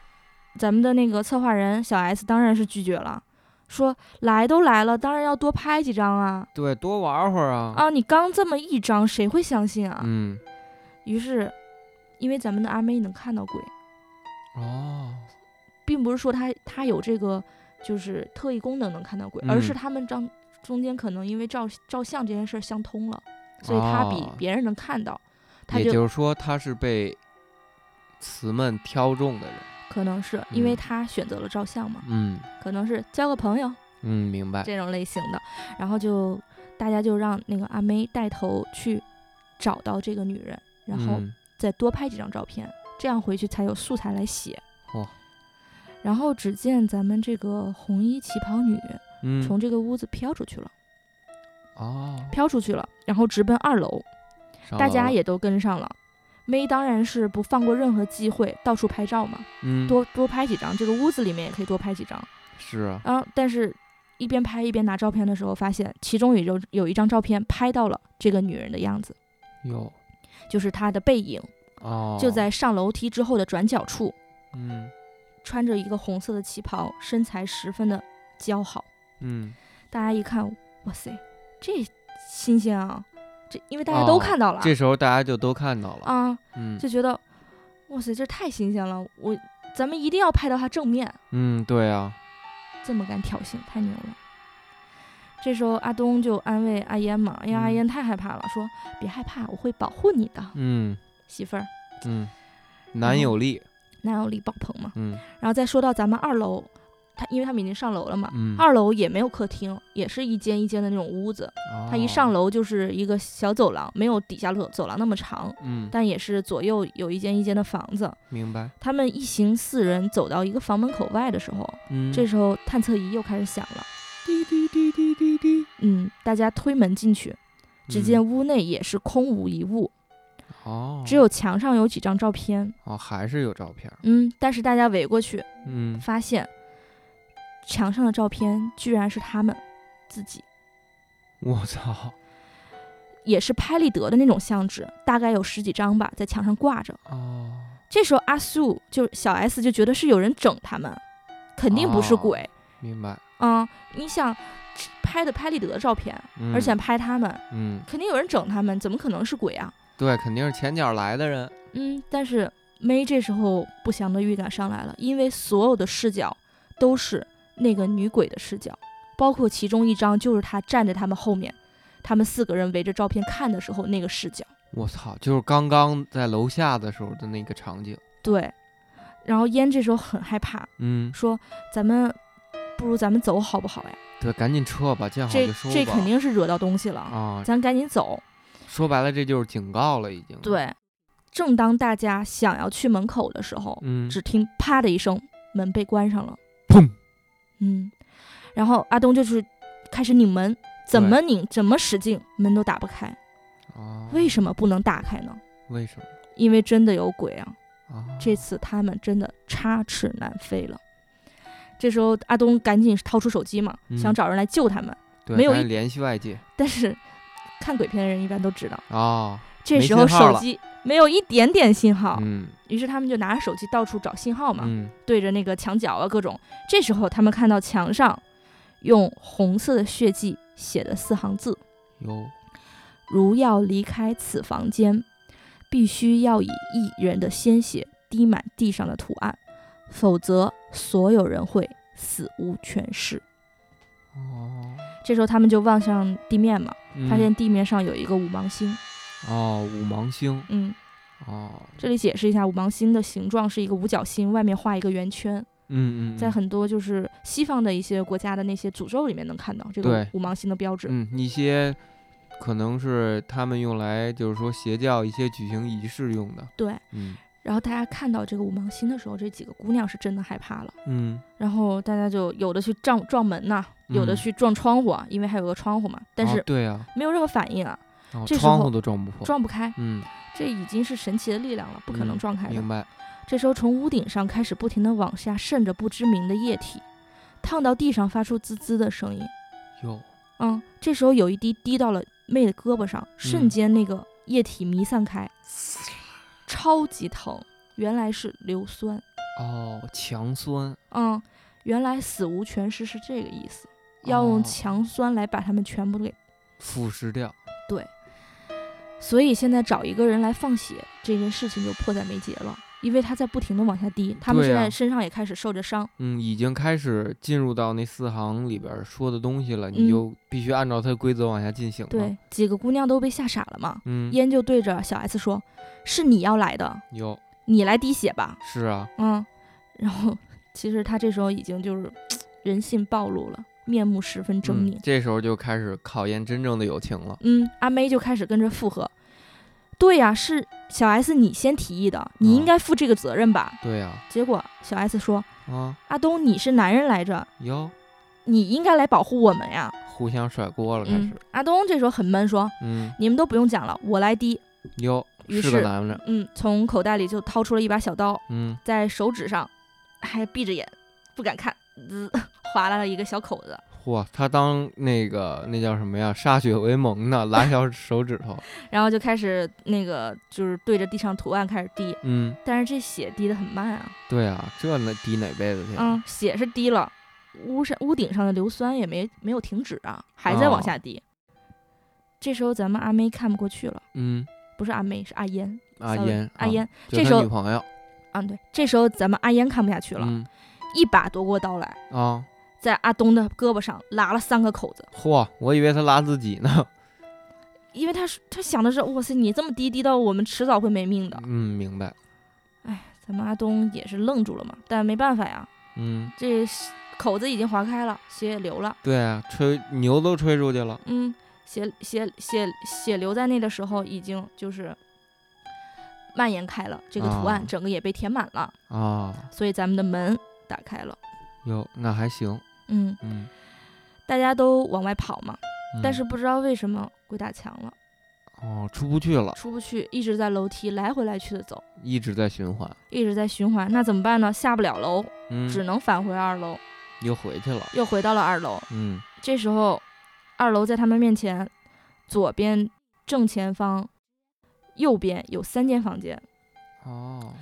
Speaker 1: 咱们的那个策划人小 S 当然是拒绝了，说来都来了，当然要多拍几张啊。
Speaker 2: 对，多玩会儿啊。
Speaker 1: 啊，你刚这么一张，谁会相信啊？
Speaker 2: 嗯，
Speaker 1: 于是，因为咱们的阿妹能看到鬼，
Speaker 2: 哦，
Speaker 1: 并不是说她她有这个就是特异功能能看到鬼，
Speaker 2: 嗯
Speaker 1: 而是他们张中间可能因为照照相这件事儿相通了，所以她比
Speaker 2: 哦
Speaker 1: 别人能看到，她
Speaker 2: 也
Speaker 1: 就
Speaker 2: 就是说他是被词们挑中的人。
Speaker 1: 可能是因为
Speaker 2: 嗯
Speaker 1: 她选择了照相嘛，
Speaker 2: 嗯
Speaker 1: 可能是交个朋友
Speaker 2: 嗯，明白。
Speaker 1: 这种类型的，然后就大家就让那个阿妹带头去找到这个女人，然后
Speaker 2: 嗯
Speaker 1: 再多拍几张照片，这样回去才有素材来写。
Speaker 2: 哦
Speaker 1: 然后只见咱们这个红衣旗袍女
Speaker 2: 嗯，
Speaker 1: 从这个屋子飘出去了，
Speaker 2: 哦，
Speaker 1: 飘出去了，然后直奔二楼，
Speaker 2: 上
Speaker 1: 大
Speaker 2: 楼
Speaker 1: 家
Speaker 2: 了
Speaker 1: 也都跟上了。妹当然是不放过任何机会，到处拍照嘛，
Speaker 2: 嗯
Speaker 1: 多多拍几张，这个屋子里面也可以多拍几张。
Speaker 2: 是啊，
Speaker 1: 然后，但是一边拍一边拿照片的时候，发现其中也就有一张照片拍到了这个女人的样子，
Speaker 2: 有
Speaker 1: 就是她的背影，
Speaker 2: 哦，
Speaker 1: 就在上楼梯之后的转角处，
Speaker 2: 嗯
Speaker 1: 穿着一个红色的旗袍，身材十分的姣好。
Speaker 2: 嗯
Speaker 1: 大家一看，哇塞，这新鲜啊！这因为大家都
Speaker 2: 哦
Speaker 1: 看到了，
Speaker 2: 这时候大家就都看到了，
Speaker 1: 啊，
Speaker 2: 嗯
Speaker 1: 就觉得哇塞，这太新鲜了！我咱们一定要拍到她正面，
Speaker 2: 嗯，对啊，
Speaker 1: 这么敢挑衅，太牛了。这时候阿东就安慰阿烟嘛，因为阿
Speaker 2: 嗯
Speaker 1: 烟太害怕了，说别害怕，我会保护你的，
Speaker 2: 嗯
Speaker 1: 媳妇儿，
Speaker 2: 嗯，男友力，
Speaker 1: 男友力爆棚嘛。
Speaker 2: 嗯
Speaker 1: 然后再说到咱们二楼，他因为他们已经上楼了嘛，
Speaker 2: 嗯，
Speaker 1: 啊二楼也没有客厅，也是一间一间的那种屋子。他一上
Speaker 2: 楼，
Speaker 1: 楼就是一个小走廊，没有底下走走廊那么长，
Speaker 2: 嗯，
Speaker 1: 但也是左右有一间一间的房子。
Speaker 2: 明白，
Speaker 1: 他们一行四人走到一个房门口外的时候，
Speaker 2: 嗯，
Speaker 1: 这时候探测仪又开始响了，
Speaker 2: 滴滴滴滴滴滴，
Speaker 1: 嗯，大家推门进去，只
Speaker 2: 嗯
Speaker 1: 见屋内也是空无一物，
Speaker 2: 哦，
Speaker 1: 只有墙上有几张照片，
Speaker 2: 哦，还是有照片儿，
Speaker 1: 嗯，但是大家围过去
Speaker 2: 嗯，
Speaker 1: 发现，墙上的照片居然是他们自己，
Speaker 2: 我操，
Speaker 1: 也是拍立得的那种相纸，大概有十几张吧，在墙上挂着。
Speaker 2: 哦，
Speaker 1: 这时候阿素就小 S 就觉得是有人整他们，肯定不是
Speaker 2: 哦
Speaker 1: 鬼，
Speaker 2: 明白，
Speaker 1: 嗯，你想拍的拍立得的照片，
Speaker 2: 嗯
Speaker 1: 而且拍他们，
Speaker 2: 嗯，
Speaker 1: 肯定有人整他们，怎么可能是鬼啊？
Speaker 2: 对，肯定是前脚来的人，
Speaker 1: 嗯，但是 May 这时候不祥的预感上来了，因为所有的视角都是那个女鬼的视角，包括其中一张就是她站在他们后面，他们四个人围着照片看的时候那个视角。
Speaker 2: 我操，就是刚刚在楼下的时候的那个场景，
Speaker 1: 对，然后烟这时候很害怕，
Speaker 2: 嗯，
Speaker 1: 说：“咱们不如咱们走好不好呀？
Speaker 2: 对，赶紧撤吧，嗯见好
Speaker 1: 这
Speaker 2: 就收吧，
Speaker 1: 这肯定是惹到东西了，
Speaker 2: 啊，
Speaker 1: 咱赶紧走。
Speaker 2: 说白了这就是警告了，已经，”，
Speaker 1: 对，正当大家想要去门口的时候，
Speaker 2: 嗯，
Speaker 1: 只听“啪”的一声，门被关上了。
Speaker 2: 砰！
Speaker 1: 嗯，然后阿东就是开始拧门，怎么拧怎么使劲，门都打不开。
Speaker 2: 哦，
Speaker 1: 为什么不能打开呢？
Speaker 2: 为什么？
Speaker 1: 因为真的有鬼啊！
Speaker 2: 啊，
Speaker 1: 这次他们真的插翅难飞了。这时候阿东赶紧掏出手机嘛，
Speaker 2: 嗯
Speaker 1: 想找人来救他们，
Speaker 2: 对
Speaker 1: 没有
Speaker 2: 咱
Speaker 1: 一
Speaker 2: 得联系外界
Speaker 1: 但是看鬼片的人一般都知道，
Speaker 2: 啊，
Speaker 1: 这
Speaker 2: 没
Speaker 1: 时候
Speaker 2: 信号
Speaker 1: 手
Speaker 2: 了
Speaker 1: 机没有一点点信号，
Speaker 2: 嗯
Speaker 1: 于是他们就拿着手机到处找信号嘛。
Speaker 2: 嗯，
Speaker 1: 对着那个墙角啊各种。这时候他们看到墙上用红色的血迹写的四行字
Speaker 2: 有，：“
Speaker 1: 如要离开此房间，必须要以一人的鲜血滴满地上的图案，否则所有人会死无全尸。
Speaker 2: 哦，”
Speaker 1: 这时候他们就望向地面嘛，
Speaker 2: 嗯
Speaker 1: 发现地面上有一个五芒星。
Speaker 2: 哦，五芒星
Speaker 1: 嗯，
Speaker 2: 哦，
Speaker 1: 这里解释一下，五芒星的形状是一个五角星，外面画一个圆圈。
Speaker 2: 嗯嗯，
Speaker 1: 在
Speaker 2: 嗯
Speaker 1: 很多就是西方的一些国家的那些诅咒里面能看到这个
Speaker 2: 对
Speaker 1: 五芒星的标志。
Speaker 2: 嗯一些可能是他们用来就是说邪教一些举行仪式用的，
Speaker 1: 对，
Speaker 2: 嗯
Speaker 1: 然后大家看到这个五芒星的时候，这几个姑娘是真的害怕了，
Speaker 2: 嗯
Speaker 1: 然后大家就有的去撞撞门呐、有的
Speaker 2: 嗯
Speaker 1: 去撞窗户啊，因为还有个窗户嘛，但
Speaker 2: 哦
Speaker 1: 是
Speaker 2: 对啊，
Speaker 1: 没有任何反应啊，
Speaker 2: 哦
Speaker 1: 这时
Speaker 2: 窗
Speaker 1: 候
Speaker 2: 户都撞不破，
Speaker 1: 撞不开，
Speaker 2: 嗯，
Speaker 1: 这已经是神奇的力量了，不可能
Speaker 2: 嗯
Speaker 1: 撞开的。
Speaker 2: 明白，
Speaker 1: 这时候从屋顶上开始不停地往下渗着不知名的液体，烫到地上发出滋滋的声音。
Speaker 2: 哟，
Speaker 1: 嗯，这时候有一滴滴到了妹的胳膊上，瞬
Speaker 2: 嗯
Speaker 1: 间那个液体弥散开，超级疼，原来是硫酸。
Speaker 2: 哦，强酸，
Speaker 1: 嗯，原来死无全尸是这个意思，要
Speaker 2: 哦
Speaker 1: 用强酸来把它们全部给。
Speaker 2: 腐蚀掉。
Speaker 1: 所以现在找一个人来放血这件事情就迫在眉睫了，因为他在不停的往下滴，他们
Speaker 2: 对啊
Speaker 1: 现
Speaker 2: 呀
Speaker 1: 在身上也开始受着伤。
Speaker 2: 嗯，已经开始进入到那四行里边说的东西了，
Speaker 1: 嗯
Speaker 2: 你就必须按照它的规则往下进行了。
Speaker 1: 对，，几个姑娘都被吓傻了嘛。
Speaker 2: 嗯，
Speaker 1: 烟就对着小 S 说：“是你要来的，
Speaker 2: 有
Speaker 1: 你来滴血吧。”
Speaker 2: 是啊，
Speaker 1: 嗯， 然后其实他这时候已经就是人性暴露了，面目十分狰狞
Speaker 2: 嗯。这时候就开始考验真正的友情了。
Speaker 1: 嗯阿妹就开始跟着附和。对呀、是小 S 你先提议的，你应
Speaker 2: 嗯
Speaker 1: 该负这个责任吧。
Speaker 2: 对呀、
Speaker 1: 结果小 S 说
Speaker 2: 啊，：“
Speaker 1: 阿东，你是男人来着，
Speaker 2: 哟，
Speaker 1: 你应该来保护我们呀。
Speaker 2: 互相甩锅了，”开
Speaker 1: 嗯
Speaker 2: 始，，
Speaker 1: 阿东这时候很闷，说
Speaker 2: 嗯，：“
Speaker 1: 你们都不用讲了，我来滴。
Speaker 2: 哟，
Speaker 1: 于
Speaker 2: 个
Speaker 1: 是
Speaker 2: 男人，”
Speaker 1: 嗯，从口袋里就掏出了一把小刀，
Speaker 2: 嗯，
Speaker 1: 在手指上，还闭着眼不敢看，滋，划拉了一个小口子。
Speaker 2: 嚯，他当那个那叫什么呀，歃血为盟呢，拉 小手指头，
Speaker 1: 然后就开始那个就是对着地上图案开始滴，
Speaker 2: 嗯，
Speaker 1: 但是这血滴的很慢啊，
Speaker 2: 对啊，这能抵哪辈子去？
Speaker 1: 嗯，血是滴了，屋上屋顶上的硫酸也没没有停止啊，还
Speaker 2: 哦
Speaker 1: 在往下滴。这时候咱们阿妹看不过去了，
Speaker 2: 嗯，
Speaker 1: 不是阿妹，是阿烟
Speaker 2: 阿啊
Speaker 1: sorry，
Speaker 2: 烟，
Speaker 1: 阿烟，
Speaker 2: 就
Speaker 1: 这
Speaker 2: 他
Speaker 1: 时候
Speaker 2: 女朋友，
Speaker 1: 啊，对，这时候咱们阿烟看不下去了，
Speaker 2: 嗯，
Speaker 1: 一把夺过刀来，
Speaker 2: 啊，
Speaker 1: 在阿东的胳膊上拉了三个口子，
Speaker 2: 嚯，我以为他拉自己呢，
Speaker 1: 因为他是他想的是，哇塞，你这么滴滴到我们迟早会没命的。
Speaker 2: 嗯，明白，
Speaker 1: 咱们阿东也是愣住了嘛，但没办法呀，
Speaker 2: 嗯，
Speaker 1: 这是口子已经划开了，血也流了。
Speaker 2: 对啊，吹牛都吹出去了，
Speaker 1: 嗯，血血血血流在那的时候，已经就是蔓延开了，这个图案
Speaker 2: 啊
Speaker 1: 整个也被填满了，
Speaker 2: 啊，
Speaker 1: 所以咱们的门打开了。
Speaker 2: 哟，那还行，
Speaker 1: 嗯，
Speaker 2: 嗯，
Speaker 1: 大家都往外跑嘛，
Speaker 2: 嗯
Speaker 1: 但是不知道为什么鬼打墙了，
Speaker 2: 哦，出不去了，
Speaker 1: 出不去，一直在楼梯来回来去的走，
Speaker 2: 一直在循环，
Speaker 1: 一直在循环。那怎么办呢？下不了楼，
Speaker 2: 嗯，
Speaker 1: 只能返回二楼，
Speaker 2: 又回去了，
Speaker 1: 又回到了二楼。
Speaker 2: 嗯，
Speaker 1: 这时候，二楼在他们面前，左边正前方，右边有三间房间，
Speaker 2: 哦，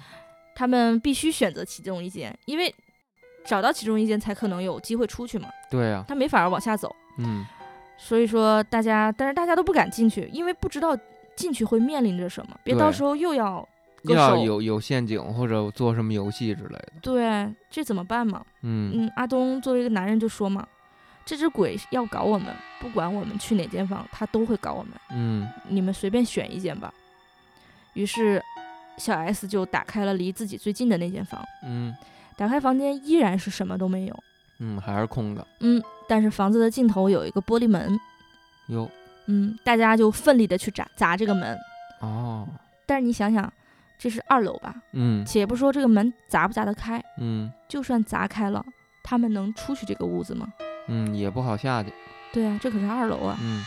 Speaker 1: 他们必须选择其中一间，因为找到其中一间才可能有机会出去嘛。
Speaker 2: 对啊，
Speaker 1: 他没法儿往下走，
Speaker 2: 嗯，
Speaker 1: 所以说大家，但是大家都不敢进去，因为不知道进去会面临着什么，别
Speaker 2: 对
Speaker 1: 到时候又要割
Speaker 2: 要
Speaker 1: 手。
Speaker 2: 有有陷阱或者做什么游戏之类的，
Speaker 1: 对，这怎么办嘛？
Speaker 2: 嗯，
Speaker 1: 嗯，阿东作为一个男人就说嘛，这只鬼要搞我们，不管我们去哪间房，他都会搞我们。
Speaker 2: 嗯，
Speaker 1: 你们随便选一间吧。于是，小 S 就打开了离自己最近的那间房。
Speaker 2: 嗯，
Speaker 1: 打开房间依然是什么都没有，
Speaker 2: 嗯，还是空的，
Speaker 1: 嗯，但是房子的尽头有一个玻璃门，
Speaker 2: 哟，
Speaker 1: 嗯，大家就奋力的去砸砸这个门。
Speaker 2: 哦，
Speaker 1: 但是你想想，这是二楼吧？
Speaker 2: 嗯
Speaker 1: 且不说这个门砸不砸得开，
Speaker 2: 嗯
Speaker 1: 就算砸开了，他们能出去这个屋子吗？
Speaker 2: 嗯，也不好下去，
Speaker 1: 对啊，这可是二楼啊。
Speaker 2: 嗯，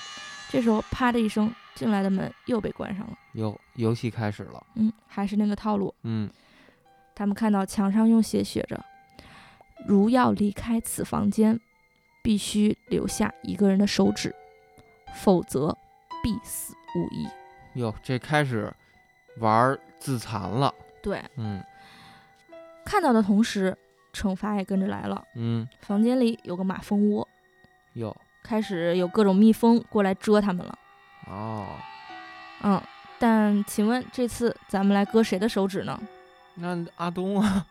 Speaker 1: 这时候啪的一声，进来的门又被关上了。
Speaker 2: 哟，游戏开始了，
Speaker 1: 嗯，还是那个套路，
Speaker 2: 嗯，
Speaker 1: 他们看到墙上用血写着：“如要离开此房间，必须留下一个人的手指，否则必死无疑。
Speaker 2: 哟，这开始玩儿自残了，”
Speaker 1: 对，
Speaker 2: 嗯
Speaker 1: 看到的同时，惩罚也跟着来了。
Speaker 2: 嗯，
Speaker 1: 房间里有个马蜂窝，
Speaker 2: 哟，
Speaker 1: 开始有各种蜜蜂过来蛰他们了。
Speaker 2: 哦，
Speaker 1: 嗯，但请问这次咱们来割谁的手指呢？
Speaker 2: 那阿 东啊，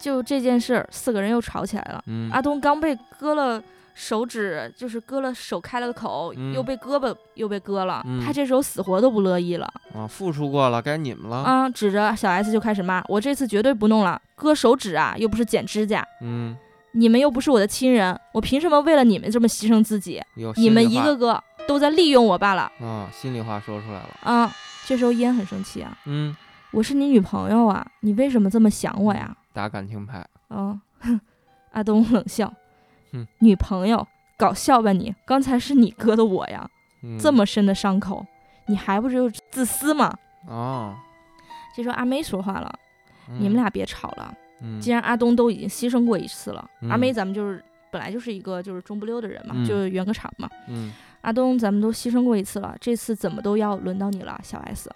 Speaker 1: 就这件事儿，四个人又吵起来了。
Speaker 2: 嗯，
Speaker 1: 阿东刚被割了手指，就是割了手开了个口，
Speaker 2: 嗯
Speaker 1: 又被胳膊又被割了，
Speaker 2: 嗯
Speaker 1: 他这时候死活都不乐意了，
Speaker 2: 啊，付出过了，该你们了，
Speaker 1: 啊、指着小 S 就开始骂：“我这次绝对不弄了，割手指啊，又不是剪指甲，
Speaker 2: 嗯，
Speaker 1: 你们又不是我的亲人，我凭什么为了你们这么牺牲自己？
Speaker 2: 有
Speaker 1: 你们一个个都在利用我罢了
Speaker 2: 啊，心里话说出来了，
Speaker 1: 啊、这时候烟很生气啊，
Speaker 2: 嗯，
Speaker 1: 我是你女朋友啊，你为什么这么想我呀？
Speaker 2: 打感情牌，
Speaker 1: 嗯， 哼，阿东冷笑
Speaker 2: 哼，
Speaker 1: 女朋友搞笑吧你，刚才是你割的我呀。
Speaker 2: 嗯，
Speaker 1: 这么深的伤口，你还不是又自私吗？
Speaker 2: 哦，
Speaker 1: 这时候阿妹说话了，你们俩别吵了。
Speaker 2: 嗯
Speaker 1: 既然阿东都已经牺牲过一次了，
Speaker 2: 嗯
Speaker 1: 阿梅咱们就是本来就是一个就是中不溜的人嘛，
Speaker 2: 嗯
Speaker 1: 就是圆个场嘛。
Speaker 2: 嗯
Speaker 1: 阿东咱们都牺牲过一次了，这次怎么都要轮到你了，小 S。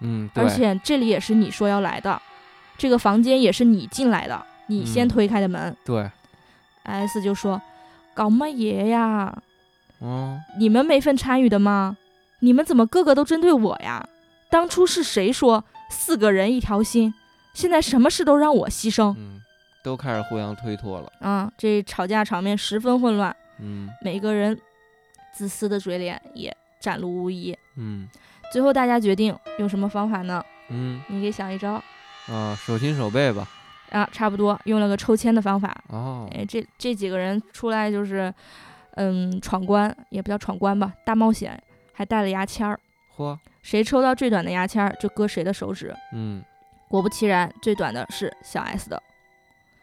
Speaker 2: 嗯，对
Speaker 1: 而且这里也是你说要来的，这个房间也是你进来的，你先
Speaker 2: 嗯
Speaker 1: 推开的门。
Speaker 2: 对，
Speaker 1: S 就说：“搞乜嘢呀？
Speaker 2: 嗯
Speaker 1: 你们没份参与的吗？你们怎么个个都针对我呀？当初是谁说四个人一条心？现在什么事都让我牺牲
Speaker 2: 嗯，都开始互相推脱了，
Speaker 1: 啊！这吵架场面十分混乱，
Speaker 2: 嗯
Speaker 1: 每个人自私的嘴脸也展露无遗。
Speaker 2: 嗯
Speaker 1: 最后大家决定用什么方法呢？
Speaker 2: 嗯
Speaker 1: 你给想一招
Speaker 2: 啊，手心手背吧，
Speaker 1: 啊，差不多用了个抽签的方法。
Speaker 2: 哦，
Speaker 1: 哎，这这几个人出来就是，嗯，闯关也不叫闯关吧，大冒险，还带了牙签儿。
Speaker 2: 嚯，
Speaker 1: 谁抽到最短的牙签儿，就割谁的手指。
Speaker 2: 嗯
Speaker 1: 果不其然，最短的是小 S 的。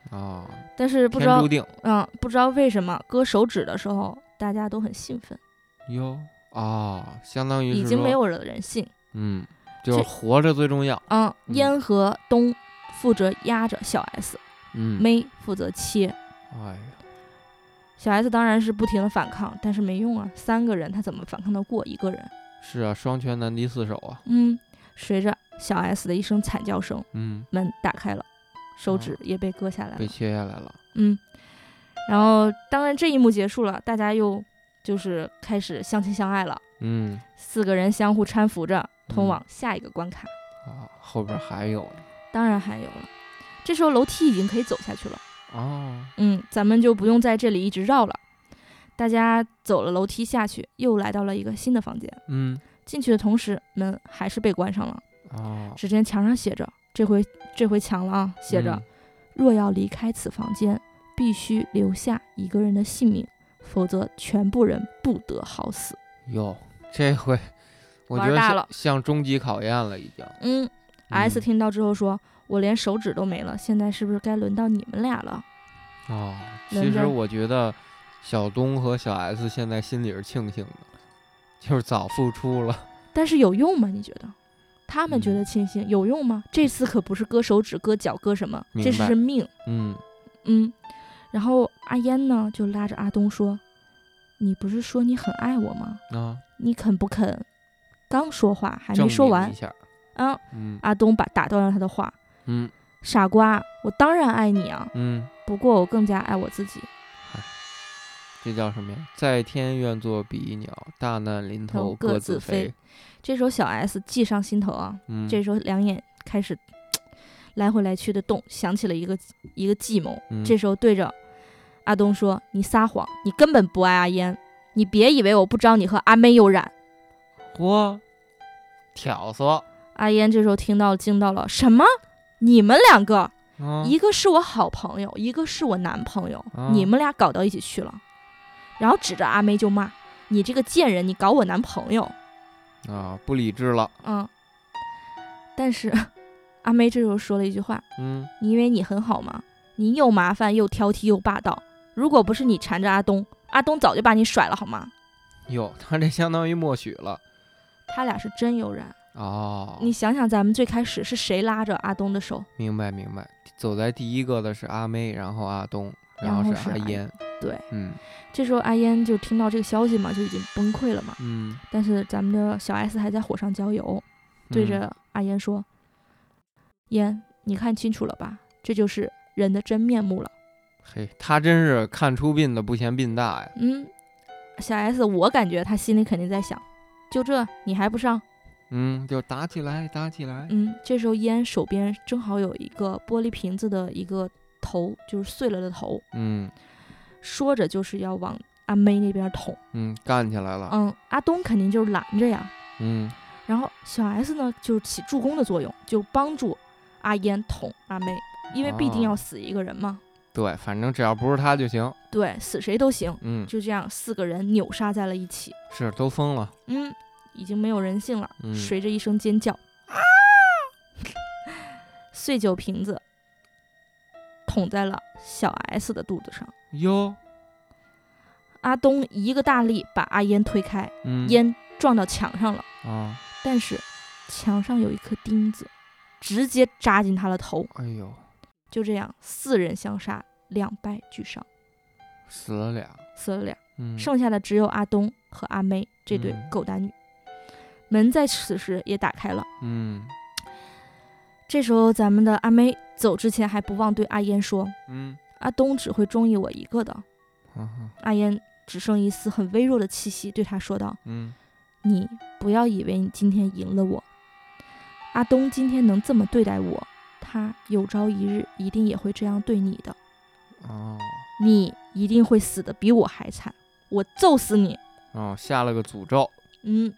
Speaker 2: 啊，
Speaker 1: 但是不知
Speaker 2: 天
Speaker 1: 道
Speaker 2: 注，定
Speaker 1: 嗯，不知道为什么割手指的时候，大家都很兴奋，
Speaker 2: 哟啊，相当于
Speaker 1: 已
Speaker 2: 是
Speaker 1: 经
Speaker 2: 说
Speaker 1: 没有了人性。
Speaker 2: 嗯，就是
Speaker 1: 这
Speaker 2: 活着最重要，
Speaker 1: 嗯，
Speaker 2: 嗯
Speaker 1: 烟和东负责压着小 S，
Speaker 2: 嗯，
Speaker 1: 妹负责切。
Speaker 2: 哎呀，
Speaker 1: 小 S 当然是不停的反抗，但是没用啊，三个人他怎么反抗得过一个人？
Speaker 2: 是啊，双拳难敌四手啊，
Speaker 1: 嗯，随着小 S 的一声惨叫声，
Speaker 2: 嗯，
Speaker 1: 门打开了，手
Speaker 2: 哦
Speaker 1: 指也被割下来了。
Speaker 2: 被切下来了，
Speaker 1: 嗯，然后当然这一幕结束了，大家又就是开始相亲相爱了，
Speaker 2: 嗯
Speaker 1: 四个人相互搀扶着通
Speaker 2: 嗯
Speaker 1: 往下一个关卡。
Speaker 2: 啊，后边还有呢，
Speaker 1: 当然还有了，这时候楼梯已经可以走下去了。
Speaker 2: 哦，
Speaker 1: 嗯，咱们就不用在这里一直绕了。大家走了楼梯下去，又来到了一个新的房间。
Speaker 2: 嗯
Speaker 1: 进去的同时，门还是被关上了。
Speaker 2: 哦，
Speaker 1: 只见墙上写着，这回这回墙了啊，写着、
Speaker 2: 嗯
Speaker 1: 若要离开此房间，必须留下一个人的姓名，否则全部人不得好死。
Speaker 2: 嗯哟，这回我
Speaker 1: 玩
Speaker 2: 觉得
Speaker 1: 大
Speaker 2: 像
Speaker 1: 了
Speaker 2: 像终极考验了，已经。
Speaker 1: 嗯，S
Speaker 2: 嗯
Speaker 1: 听到之后说：“我连手指都没了，现在是不是该轮到你们俩了
Speaker 2: 哦，
Speaker 1: 轮
Speaker 2: 其实
Speaker 1: 着
Speaker 2: 我觉得小东和小 S 现在心里是庆幸的，就是早付出了。？”
Speaker 1: 但是有用吗？你觉得？他们觉
Speaker 2: 嗯
Speaker 1: 得庆幸有用吗？这次可不是割手指、割脚、割什么，
Speaker 2: 明
Speaker 1: 这是
Speaker 2: 白
Speaker 1: 是命。
Speaker 2: 嗯
Speaker 1: 嗯，然后阿烟呢就拉着阿东说：“你不是说你很爱我吗？
Speaker 2: 啊，
Speaker 1: 你肯不肯？”刚说话还哎
Speaker 2: 证
Speaker 1: 没说
Speaker 2: 明
Speaker 1: 完
Speaker 2: 一，下，
Speaker 1: 嗯，
Speaker 2: 嗯
Speaker 1: 阿东把打断了他的话，
Speaker 2: 嗯
Speaker 1: 傻瓜，我当然爱你啊，
Speaker 2: 嗯，
Speaker 1: 不过我更加爱我自己。
Speaker 2: 这叫什么呀？在天愿作比翼鸟，大难临头
Speaker 1: 各
Speaker 2: 各
Speaker 1: 自
Speaker 2: 自
Speaker 1: 飞。这时候小 S 记上心头啊，
Speaker 2: 嗯，
Speaker 1: 这时候两眼开始来回来去的动，想起了一个一个计谋。
Speaker 2: 嗯
Speaker 1: 这时候对着阿东说：“你撒谎，你根本不爱阿烟，你别以为我不知道你和阿妹有染。
Speaker 2: 嚯，挑唆，”
Speaker 1: 阿烟这时候听到惊到了，什么？你们两个，
Speaker 2: 啊
Speaker 1: 一个是我好朋友，一个是我男朋友，
Speaker 2: 啊
Speaker 1: 你们俩搞到一起去了，然后指着阿妹就骂：“你这个贱人，你搞我男朋友！”
Speaker 2: 啊，不理智了。
Speaker 1: 嗯，但是阿妹这时候说了一句话
Speaker 2: 嗯，：“
Speaker 1: 你以为你很好吗？你又麻烦又挑剔又霸道，如果不是你缠着阿东，阿东早就把你甩了好吗
Speaker 2: 哟，他这相当于默许了。？”
Speaker 1: 他俩是真有染。
Speaker 2: 哦，
Speaker 1: 你想想，咱们最开始是谁拉着阿东的手？
Speaker 2: 明白明白。走在第一个的是阿妹，然后阿东，
Speaker 1: 然
Speaker 2: 后
Speaker 1: 后
Speaker 2: 是
Speaker 1: 是
Speaker 2: 阿
Speaker 1: 阿
Speaker 2: 烟。
Speaker 1: 对，
Speaker 2: 嗯
Speaker 1: 这时候阿烟就听到这个消息嘛，就已经崩溃了嘛。
Speaker 2: 嗯，
Speaker 1: 但是咱们的小 S 还在火上浇油，对
Speaker 2: 嗯
Speaker 1: 着阿烟说：“烟，你看清楚了吧？这就是人的真面目了。”
Speaker 2: 嘿，他真是看出病的不嫌病大呀。
Speaker 1: 嗯，小 S，我感觉他心里肯定在想，就这你还不上？
Speaker 2: 嗯，就打起来，打起来。
Speaker 1: 嗯，这时候烟手边正好有一个玻璃瓶子的一个头，就是碎了的头，
Speaker 2: 嗯
Speaker 1: 说着就是要往阿妹那边捅。
Speaker 2: 嗯，干起来了。
Speaker 1: 嗯，阿东肯定就是拦着呀。
Speaker 2: 嗯
Speaker 1: 然后小 S 呢，就是起助攻的作用，就帮助阿烟捅阿妹，因为必定
Speaker 2: 哦
Speaker 1: 要死一个人嘛。
Speaker 2: 对，反正只要不是他就行。
Speaker 1: 对，死谁都行。
Speaker 2: 嗯，
Speaker 1: 就这样，四个人扭杀在了一起。
Speaker 2: 是都疯了。
Speaker 1: 嗯，已经没有人性了。
Speaker 2: 嗯
Speaker 1: 随着一声尖叫，碎酒瓶子捅在了小 S 的肚子上。
Speaker 2: 哟，
Speaker 1: 阿东一个大力把阿烟推开，
Speaker 2: 嗯，
Speaker 1: 烟撞到墙上了，
Speaker 2: 啊，
Speaker 1: 但是墙上有一颗钉子，直接扎进他的头，
Speaker 2: 哎呦，
Speaker 1: 就这样四人相杀，两败俱伤，
Speaker 2: 死了俩，
Speaker 1: 死了俩，
Speaker 2: 嗯，
Speaker 1: 剩下的只有阿东和阿妹这对
Speaker 2: 嗯
Speaker 1: 狗男女。门在此时也打开了。
Speaker 2: 嗯
Speaker 1: 这时候，咱们的阿妹走之前还不忘对阿烟说
Speaker 2: 嗯，：“
Speaker 1: 阿东只会中意我一个的。
Speaker 2: 哈哈”
Speaker 1: 阿烟只剩一丝很微弱的气息，对他说道
Speaker 2: 嗯，：“
Speaker 1: 你不要以为你今天赢了我，阿东今天能这么对待我，他有朝一日一定也会这样对你的。
Speaker 2: 哦
Speaker 1: 你一定会死的比我还惨，我揍死你
Speaker 2: 哦，下了个诅咒，！”
Speaker 1: 嗯，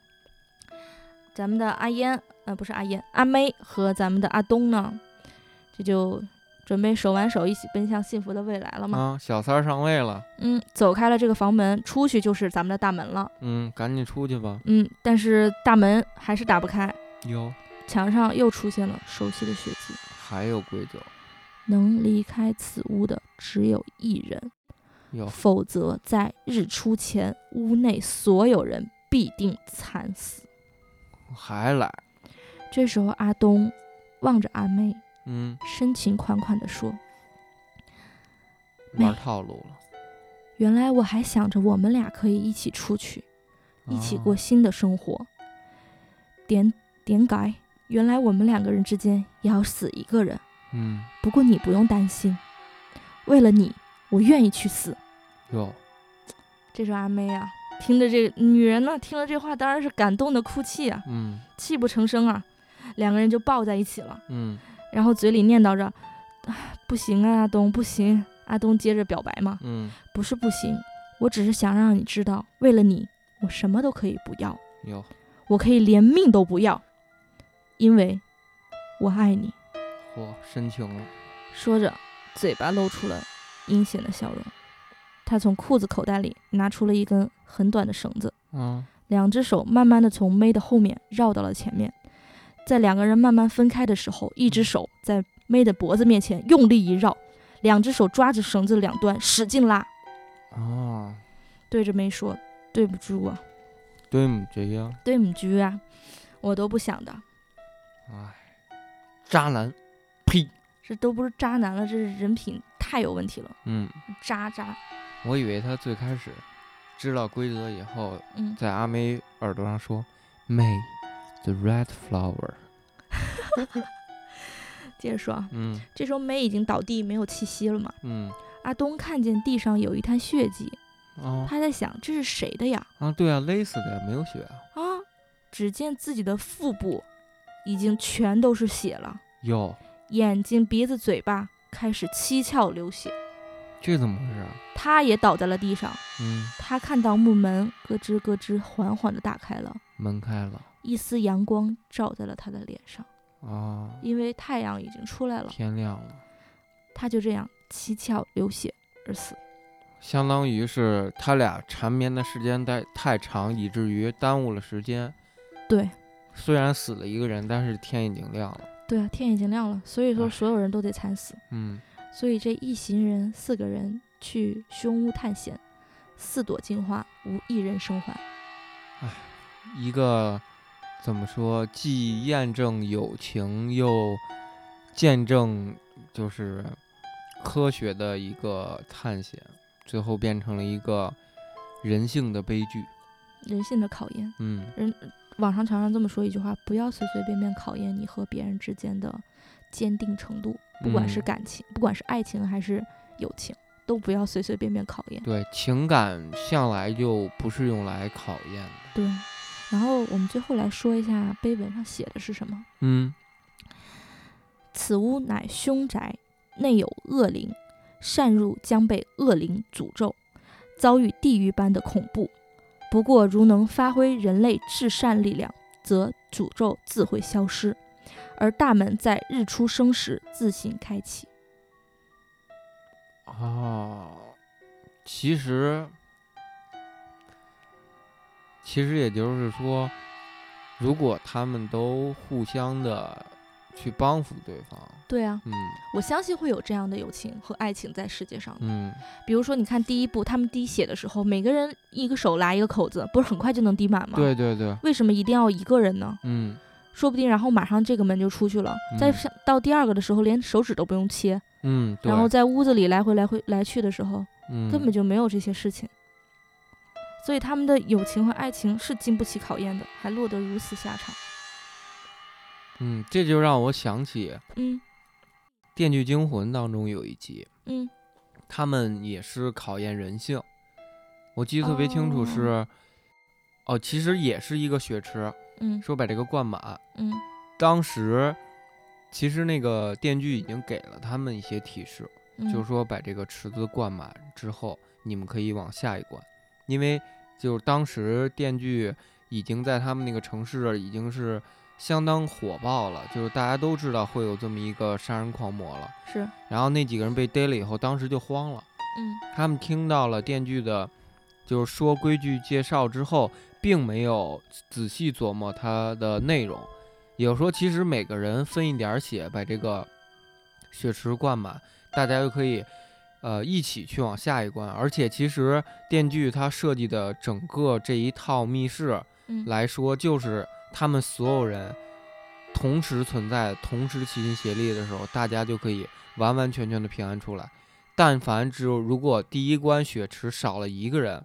Speaker 1: 咱们的阿烟，呃，不是阿烟，阿妹和咱们的阿东呢，这就准备手挽手一起奔向幸福的未来了嘛。
Speaker 2: 啊，小三儿上位了，
Speaker 1: 嗯，走开了这个房门，出去就是咱们的大门了。
Speaker 2: 嗯，赶紧出去吧，
Speaker 1: 嗯，但是大门还是打不开，
Speaker 2: 哟，
Speaker 1: 墙上又出现了熟悉的血迹。
Speaker 2: 还有贵酒，
Speaker 1: 能离开此屋的只有一人，
Speaker 2: 哟，
Speaker 1: 否则在日出前，屋内所有人必定惨死。
Speaker 2: 还来，
Speaker 1: 这时候，阿东望着阿妹，
Speaker 2: 嗯，
Speaker 1: 深情款款地说
Speaker 2: 玩
Speaker 1: 妹
Speaker 2: 套路了，：“
Speaker 1: 原来我还想着我们俩可以一起出去，一
Speaker 2: 啊
Speaker 1: 起
Speaker 2: 哦
Speaker 1: 过新的生活。点点改，原来我们两个人之间也要死一个人。
Speaker 2: 哦，嗯，
Speaker 1: 不过你不用担心，为了你，我愿意去死。
Speaker 2: 哟，
Speaker 1: 这是阿妹啊，听着这女人呢，听了这话当然是感动的哭泣啊，
Speaker 2: 嗯
Speaker 1: 泣不成声啊，两个人就抱在一起了，
Speaker 2: 嗯
Speaker 1: 然后嘴里念叨着：“啊不行啊，阿东，不行。”阿东接着表白嘛，
Speaker 2: 嗯，
Speaker 1: 不是不行，我只是想让你知道，为了你，我什么都可以不要，
Speaker 2: 哟，
Speaker 1: 我可以连命都不要，因为我爱你。
Speaker 2: 嚯，深情了，
Speaker 1: 说着，嘴巴露出了阴险的笑容。他从裤子口袋里拿出了一根很短的绳子，
Speaker 2: 嗯
Speaker 1: 两只手慢慢的从妹的后面绕到了前面。在两个人慢慢分开的时候，一只手在妹的脖子面前用力一绕，两只手抓着绳子的两端使劲拉，
Speaker 2: 哦，
Speaker 1: 对着妹说：“对不住啊，
Speaker 2: 对母这样，
Speaker 1: 对不住啊，我都不想的，
Speaker 2: 哎，渣男，呸，
Speaker 1: 这都不是渣男了，这是人品太有问题了，
Speaker 2: 嗯，
Speaker 1: 渣渣。
Speaker 2: 我以为他最开始知道规则以后，”
Speaker 1: 嗯，
Speaker 2: 在阿梅耳朵上说，May，the red flower，
Speaker 1: 接着说啊，
Speaker 2: 嗯
Speaker 1: 这时候梅已经倒地没有气息了嘛。
Speaker 2: 嗯，
Speaker 1: 阿东看见地上有一滩血迹，
Speaker 2: 哦
Speaker 1: 他在想这是谁的呀？
Speaker 2: 啊，对啊，勒死的没有血
Speaker 1: 啊！
Speaker 2: 啊，
Speaker 1: 只见自己的腹部已经全都是血了，
Speaker 2: 哟，
Speaker 1: 眼睛、鼻子、嘴巴开始七窍流血，
Speaker 2: 这怎么回事啊？
Speaker 1: 他也倒在了地上。
Speaker 2: 嗯，
Speaker 1: 他看到木门咯吱咯吱缓缓地打开了，
Speaker 2: 门开了
Speaker 1: 一丝阳光照在了他的脸上，
Speaker 2: 啊，
Speaker 1: 因为太阳已经出来了。
Speaker 2: 天亮了，
Speaker 1: 他就这样七窍流血而死。
Speaker 2: 相当于是他俩缠绵的时间太太长，以至于耽误了时间。
Speaker 1: 对
Speaker 2: 虽然死了一个人，但是天已经亮了。
Speaker 1: 对啊，天已经亮了，所以说
Speaker 2: 哎
Speaker 1: 所有人都得惨死。
Speaker 2: 嗯，
Speaker 1: 所以这一行人四个人去凶屋探险，四朵金花无一人生还。
Speaker 2: 一个怎么说，既验证友情又见证就是科学的一个探险，最后变成了一个人性的悲剧。
Speaker 1: 人性的考验，
Speaker 2: 嗯，
Speaker 1: 网上常常这么说一句话：不要随随便便考验你和别人之间的坚定程度，不管是
Speaker 2: 嗯
Speaker 1: 感情，不管是爱情还是友情，都不要随随便便考验。
Speaker 2: 对，情感向来就不是用来考验的。
Speaker 1: 对。然后我们最后来说一下碑文上写的是什么：
Speaker 2: 嗯，
Speaker 1: 此屋乃凶宅，内有恶灵，擅入将被恶灵诅咒，遭遇地狱般的恐怖。不过，如能发挥人类至善力量，则诅咒自会消失，而大门在日出生时自行开启。
Speaker 2: 哦，其实，其实也就是说，如果他们都互相的去帮扶对方，
Speaker 1: 对啊，
Speaker 2: 嗯
Speaker 1: 我相信会有这样的友情和爱情在世界上的。
Speaker 2: 嗯，
Speaker 1: 比如说，你看第一部，他们滴血的时候，每个人一个手拉一个口子，不是很快就能滴满吗？
Speaker 2: 对对对，
Speaker 1: 为什么一定要一个人呢？
Speaker 2: 嗯
Speaker 1: 说不定然后马上这个门就出去了。再
Speaker 2: 嗯
Speaker 1: 上到第二个的时候，连手指都不用切，
Speaker 2: 嗯，对
Speaker 1: 然后在屋子里来回来回来去的时候，
Speaker 2: 嗯
Speaker 1: 根本就没有这些事情。所以他们的友情和爱情是经不起考验的，还落得如此下场。
Speaker 2: 嗯，这就让我想起《
Speaker 1: 嗯
Speaker 2: 电锯惊魂》当中有一集，
Speaker 1: 嗯
Speaker 2: 他们也是考验人性。我记得特别清楚
Speaker 1: 哦
Speaker 2: 是，哦其实也是一个血池，
Speaker 1: 嗯
Speaker 2: 说把这个灌满。
Speaker 1: 嗯
Speaker 2: 当时其实那个电锯已经给了他们一些提示，
Speaker 1: 嗯，
Speaker 2: 就是说把这个池子灌满之后，你们可以往下一关，因为就是当时电锯已经在他们那个城市已经是相当火爆了，就是大家都知道会有这么一个杀人狂魔了。
Speaker 1: 是
Speaker 2: 然后那几个人被逮了以后，当时就慌了，
Speaker 1: 嗯
Speaker 2: 他们听到了电锯的，就是说规矩介绍之后，并没有仔细琢磨它的内容，也就是说，其实每个人分一点儿血，把这个血池灌满，大家就可以。呃，一起去往下一关，而且其实电锯它设计的整个这一套密室
Speaker 1: 嗯
Speaker 2: 来说，就是他们所有人同时存在、同时齐心协力的时候，大家就可以完完全全的平安出来。但凡只有如果第一关血池少了一个人，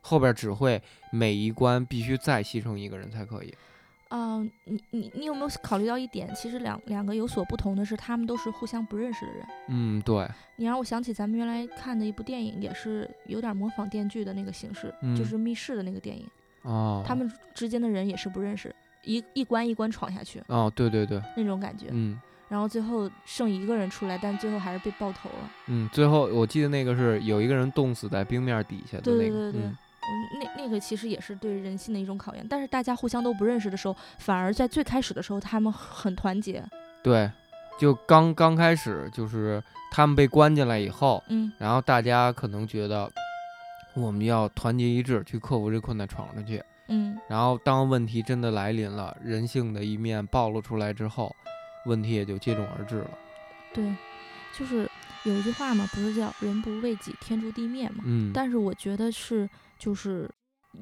Speaker 2: 后边只会每一关必须再牺牲一个人才可以。
Speaker 1: 啊、你你你有没有考虑到一点？其实两两个有所不同的是，他们都是互相不认识的人。
Speaker 2: 嗯，对，
Speaker 1: 你让我想起咱们原来看的一部电影，也是有点模仿电锯的那个形式，
Speaker 2: 嗯
Speaker 1: 就是密室的那个电影。
Speaker 2: 哦，
Speaker 1: 他们之间的人也是不认识，一一关一关闯下去
Speaker 2: 哦，对对对，
Speaker 1: 那种感觉。
Speaker 2: 嗯
Speaker 1: 然后最后剩一个人出来，但最后还是被爆头了。
Speaker 2: 嗯，最后我记得那个是有一个人冻死在冰面底下的
Speaker 1: 对
Speaker 2: 那
Speaker 1: 对对
Speaker 2: 个，
Speaker 1: 对
Speaker 2: 嗯
Speaker 1: 嗯，那那个其实也是对人性的一种考验。但是大家互相都不认识的时候，反而在最开始的时候，他们很团结。
Speaker 2: 对，就刚刚开始就是他们被关进来以后，
Speaker 1: 嗯
Speaker 2: 然后大家可能觉得我们要团结一致去克服这困难，闯出去。
Speaker 1: 嗯
Speaker 2: 然后当问题真的来临了，人性的一面暴露出来之后，问题也就接踵而至了。
Speaker 1: 对，就是有一句话嘛，不是叫“人不为己，天诛地灭”嘛？
Speaker 2: 嗯，
Speaker 1: 但是我觉得是，就是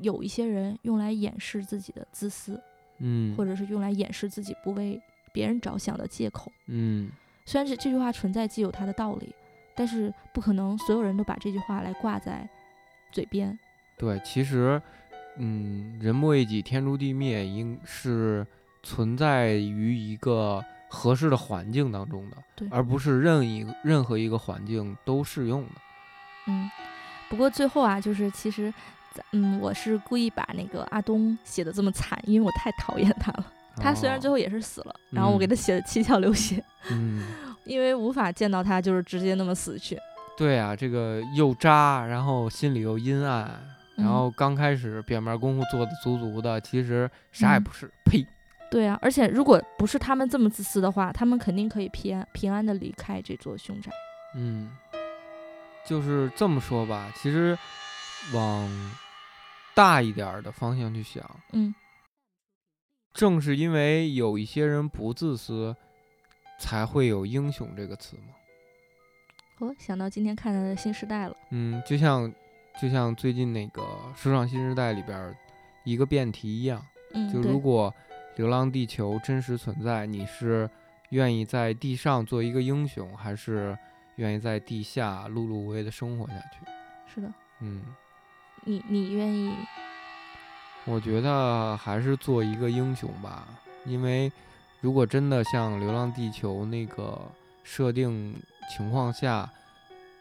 Speaker 1: 有一些人用来掩饰自己的自私，
Speaker 2: 嗯
Speaker 1: 或者是用来掩饰自己不为别人着想的借口。
Speaker 2: 嗯
Speaker 1: 虽然这这句话存在即有它的道理，但是不可能所有人都把这句话来挂在嘴边。
Speaker 2: 对，其实嗯，人不为己，天诛地灭，应是存在于一个合适的环境当中的，
Speaker 1: 对
Speaker 2: 而不是任一个任何一个环境都适用的。
Speaker 1: 嗯，不过最后啊，就是其实咱，嗯，我是故意把那个阿东写的这么惨，因为我太讨厌他了。他虽然最
Speaker 2: 后
Speaker 1: 后也是死了，然后我给
Speaker 2: 哦嗯
Speaker 1: 他写的七窍流血，
Speaker 2: 嗯，
Speaker 1: 因为无法见到他，就是直接那么死去。
Speaker 2: 对啊，这个又渣，然后心里又阴暗，然
Speaker 1: 嗯
Speaker 2: 后刚开始表面功夫做的足足的，其实啥也
Speaker 1: 嗯
Speaker 2: 不是，呸。
Speaker 1: 对啊，而且如果不是他们这么自私的话，他们肯定可以平安平安的离开这座凶宅。
Speaker 2: 嗯，就是这么说吧。其实往大一点儿的方向去想，
Speaker 1: 嗯
Speaker 2: 正是因为有一些人不自私，才会有“英雄”这个词嘛。
Speaker 1: 哦，想到今天看到的新时代了，
Speaker 2: 嗯，就像就像最近那个《时尚新时代》里边儿一个辩题一样，
Speaker 1: 嗯，
Speaker 2: 就
Speaker 1: 对
Speaker 2: 如果《流浪地球》真实存在，你是愿意在地上做一个英雄，还是愿意在地下碌碌无为的生活下去？
Speaker 1: 是的，
Speaker 2: 嗯。
Speaker 1: 你你愿意，
Speaker 2: 我觉得还是做一个英雄吧，因为如果真的像《流浪地球》那个设定情况下，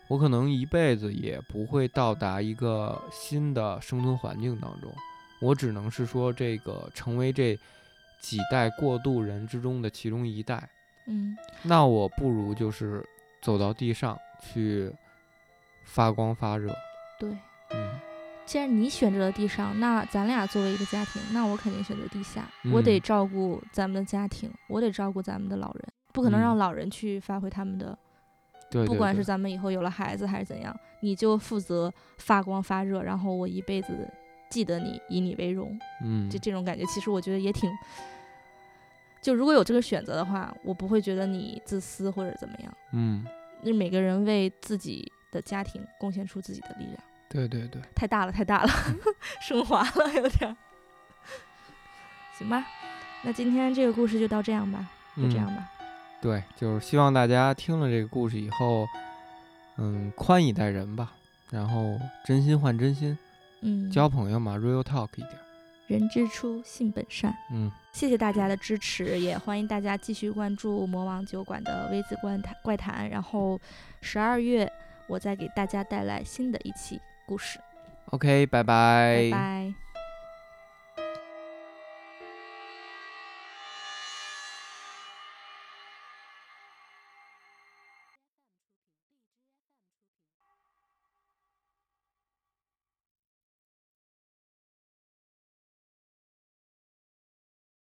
Speaker 2: 我可能一辈子也不会到达一个新的生存环境当中，我只能是说这个成为这几代过渡人之中的其中一代。
Speaker 1: 嗯，
Speaker 2: 那我不如就是走到地上去发光发热，
Speaker 1: 对。
Speaker 2: 嗯
Speaker 1: 既然你选择了地上，那咱俩作为一个家庭，那我肯定选择地下。我得
Speaker 2: 嗯
Speaker 1: 照顾咱们的家庭，我得照顾咱们的老人，不可能让
Speaker 2: 嗯
Speaker 1: 老人去发挥他们的，
Speaker 2: 对对
Speaker 1: 不管
Speaker 2: 对
Speaker 1: 是咱们以后有了孩子还是怎样，你就负责发光发热，然后我一辈子记得你，以你为荣，
Speaker 2: 嗯
Speaker 1: 就这种感觉，其实我觉得也挺。就如果有这个选择的话，我不会觉得你自私或者怎么样。
Speaker 2: 嗯，
Speaker 1: 那每个人为自己的家庭贡献出自己的力量。
Speaker 2: 对对对。
Speaker 1: 太
Speaker 2: 嗯
Speaker 1: 大了，太大了，升华了有点儿。行吧，那今天这个故事就到这样吧，就
Speaker 2: 嗯
Speaker 1: 这样吧。
Speaker 2: 对，就是希望大家听了这个故事以后，嗯，宽以待人吧，然后真心换真心，
Speaker 1: 嗯，
Speaker 2: 交朋友嘛，real talk 一点儿。
Speaker 1: 人之初，性本善。
Speaker 2: 嗯，
Speaker 1: 谢谢大家的支持，也欢迎大家继续关注魔王酒馆的微子观谈怪谈。然后十二月我再给大家带来新的一期故事，
Speaker 2: OK，拜拜
Speaker 1: 拜拜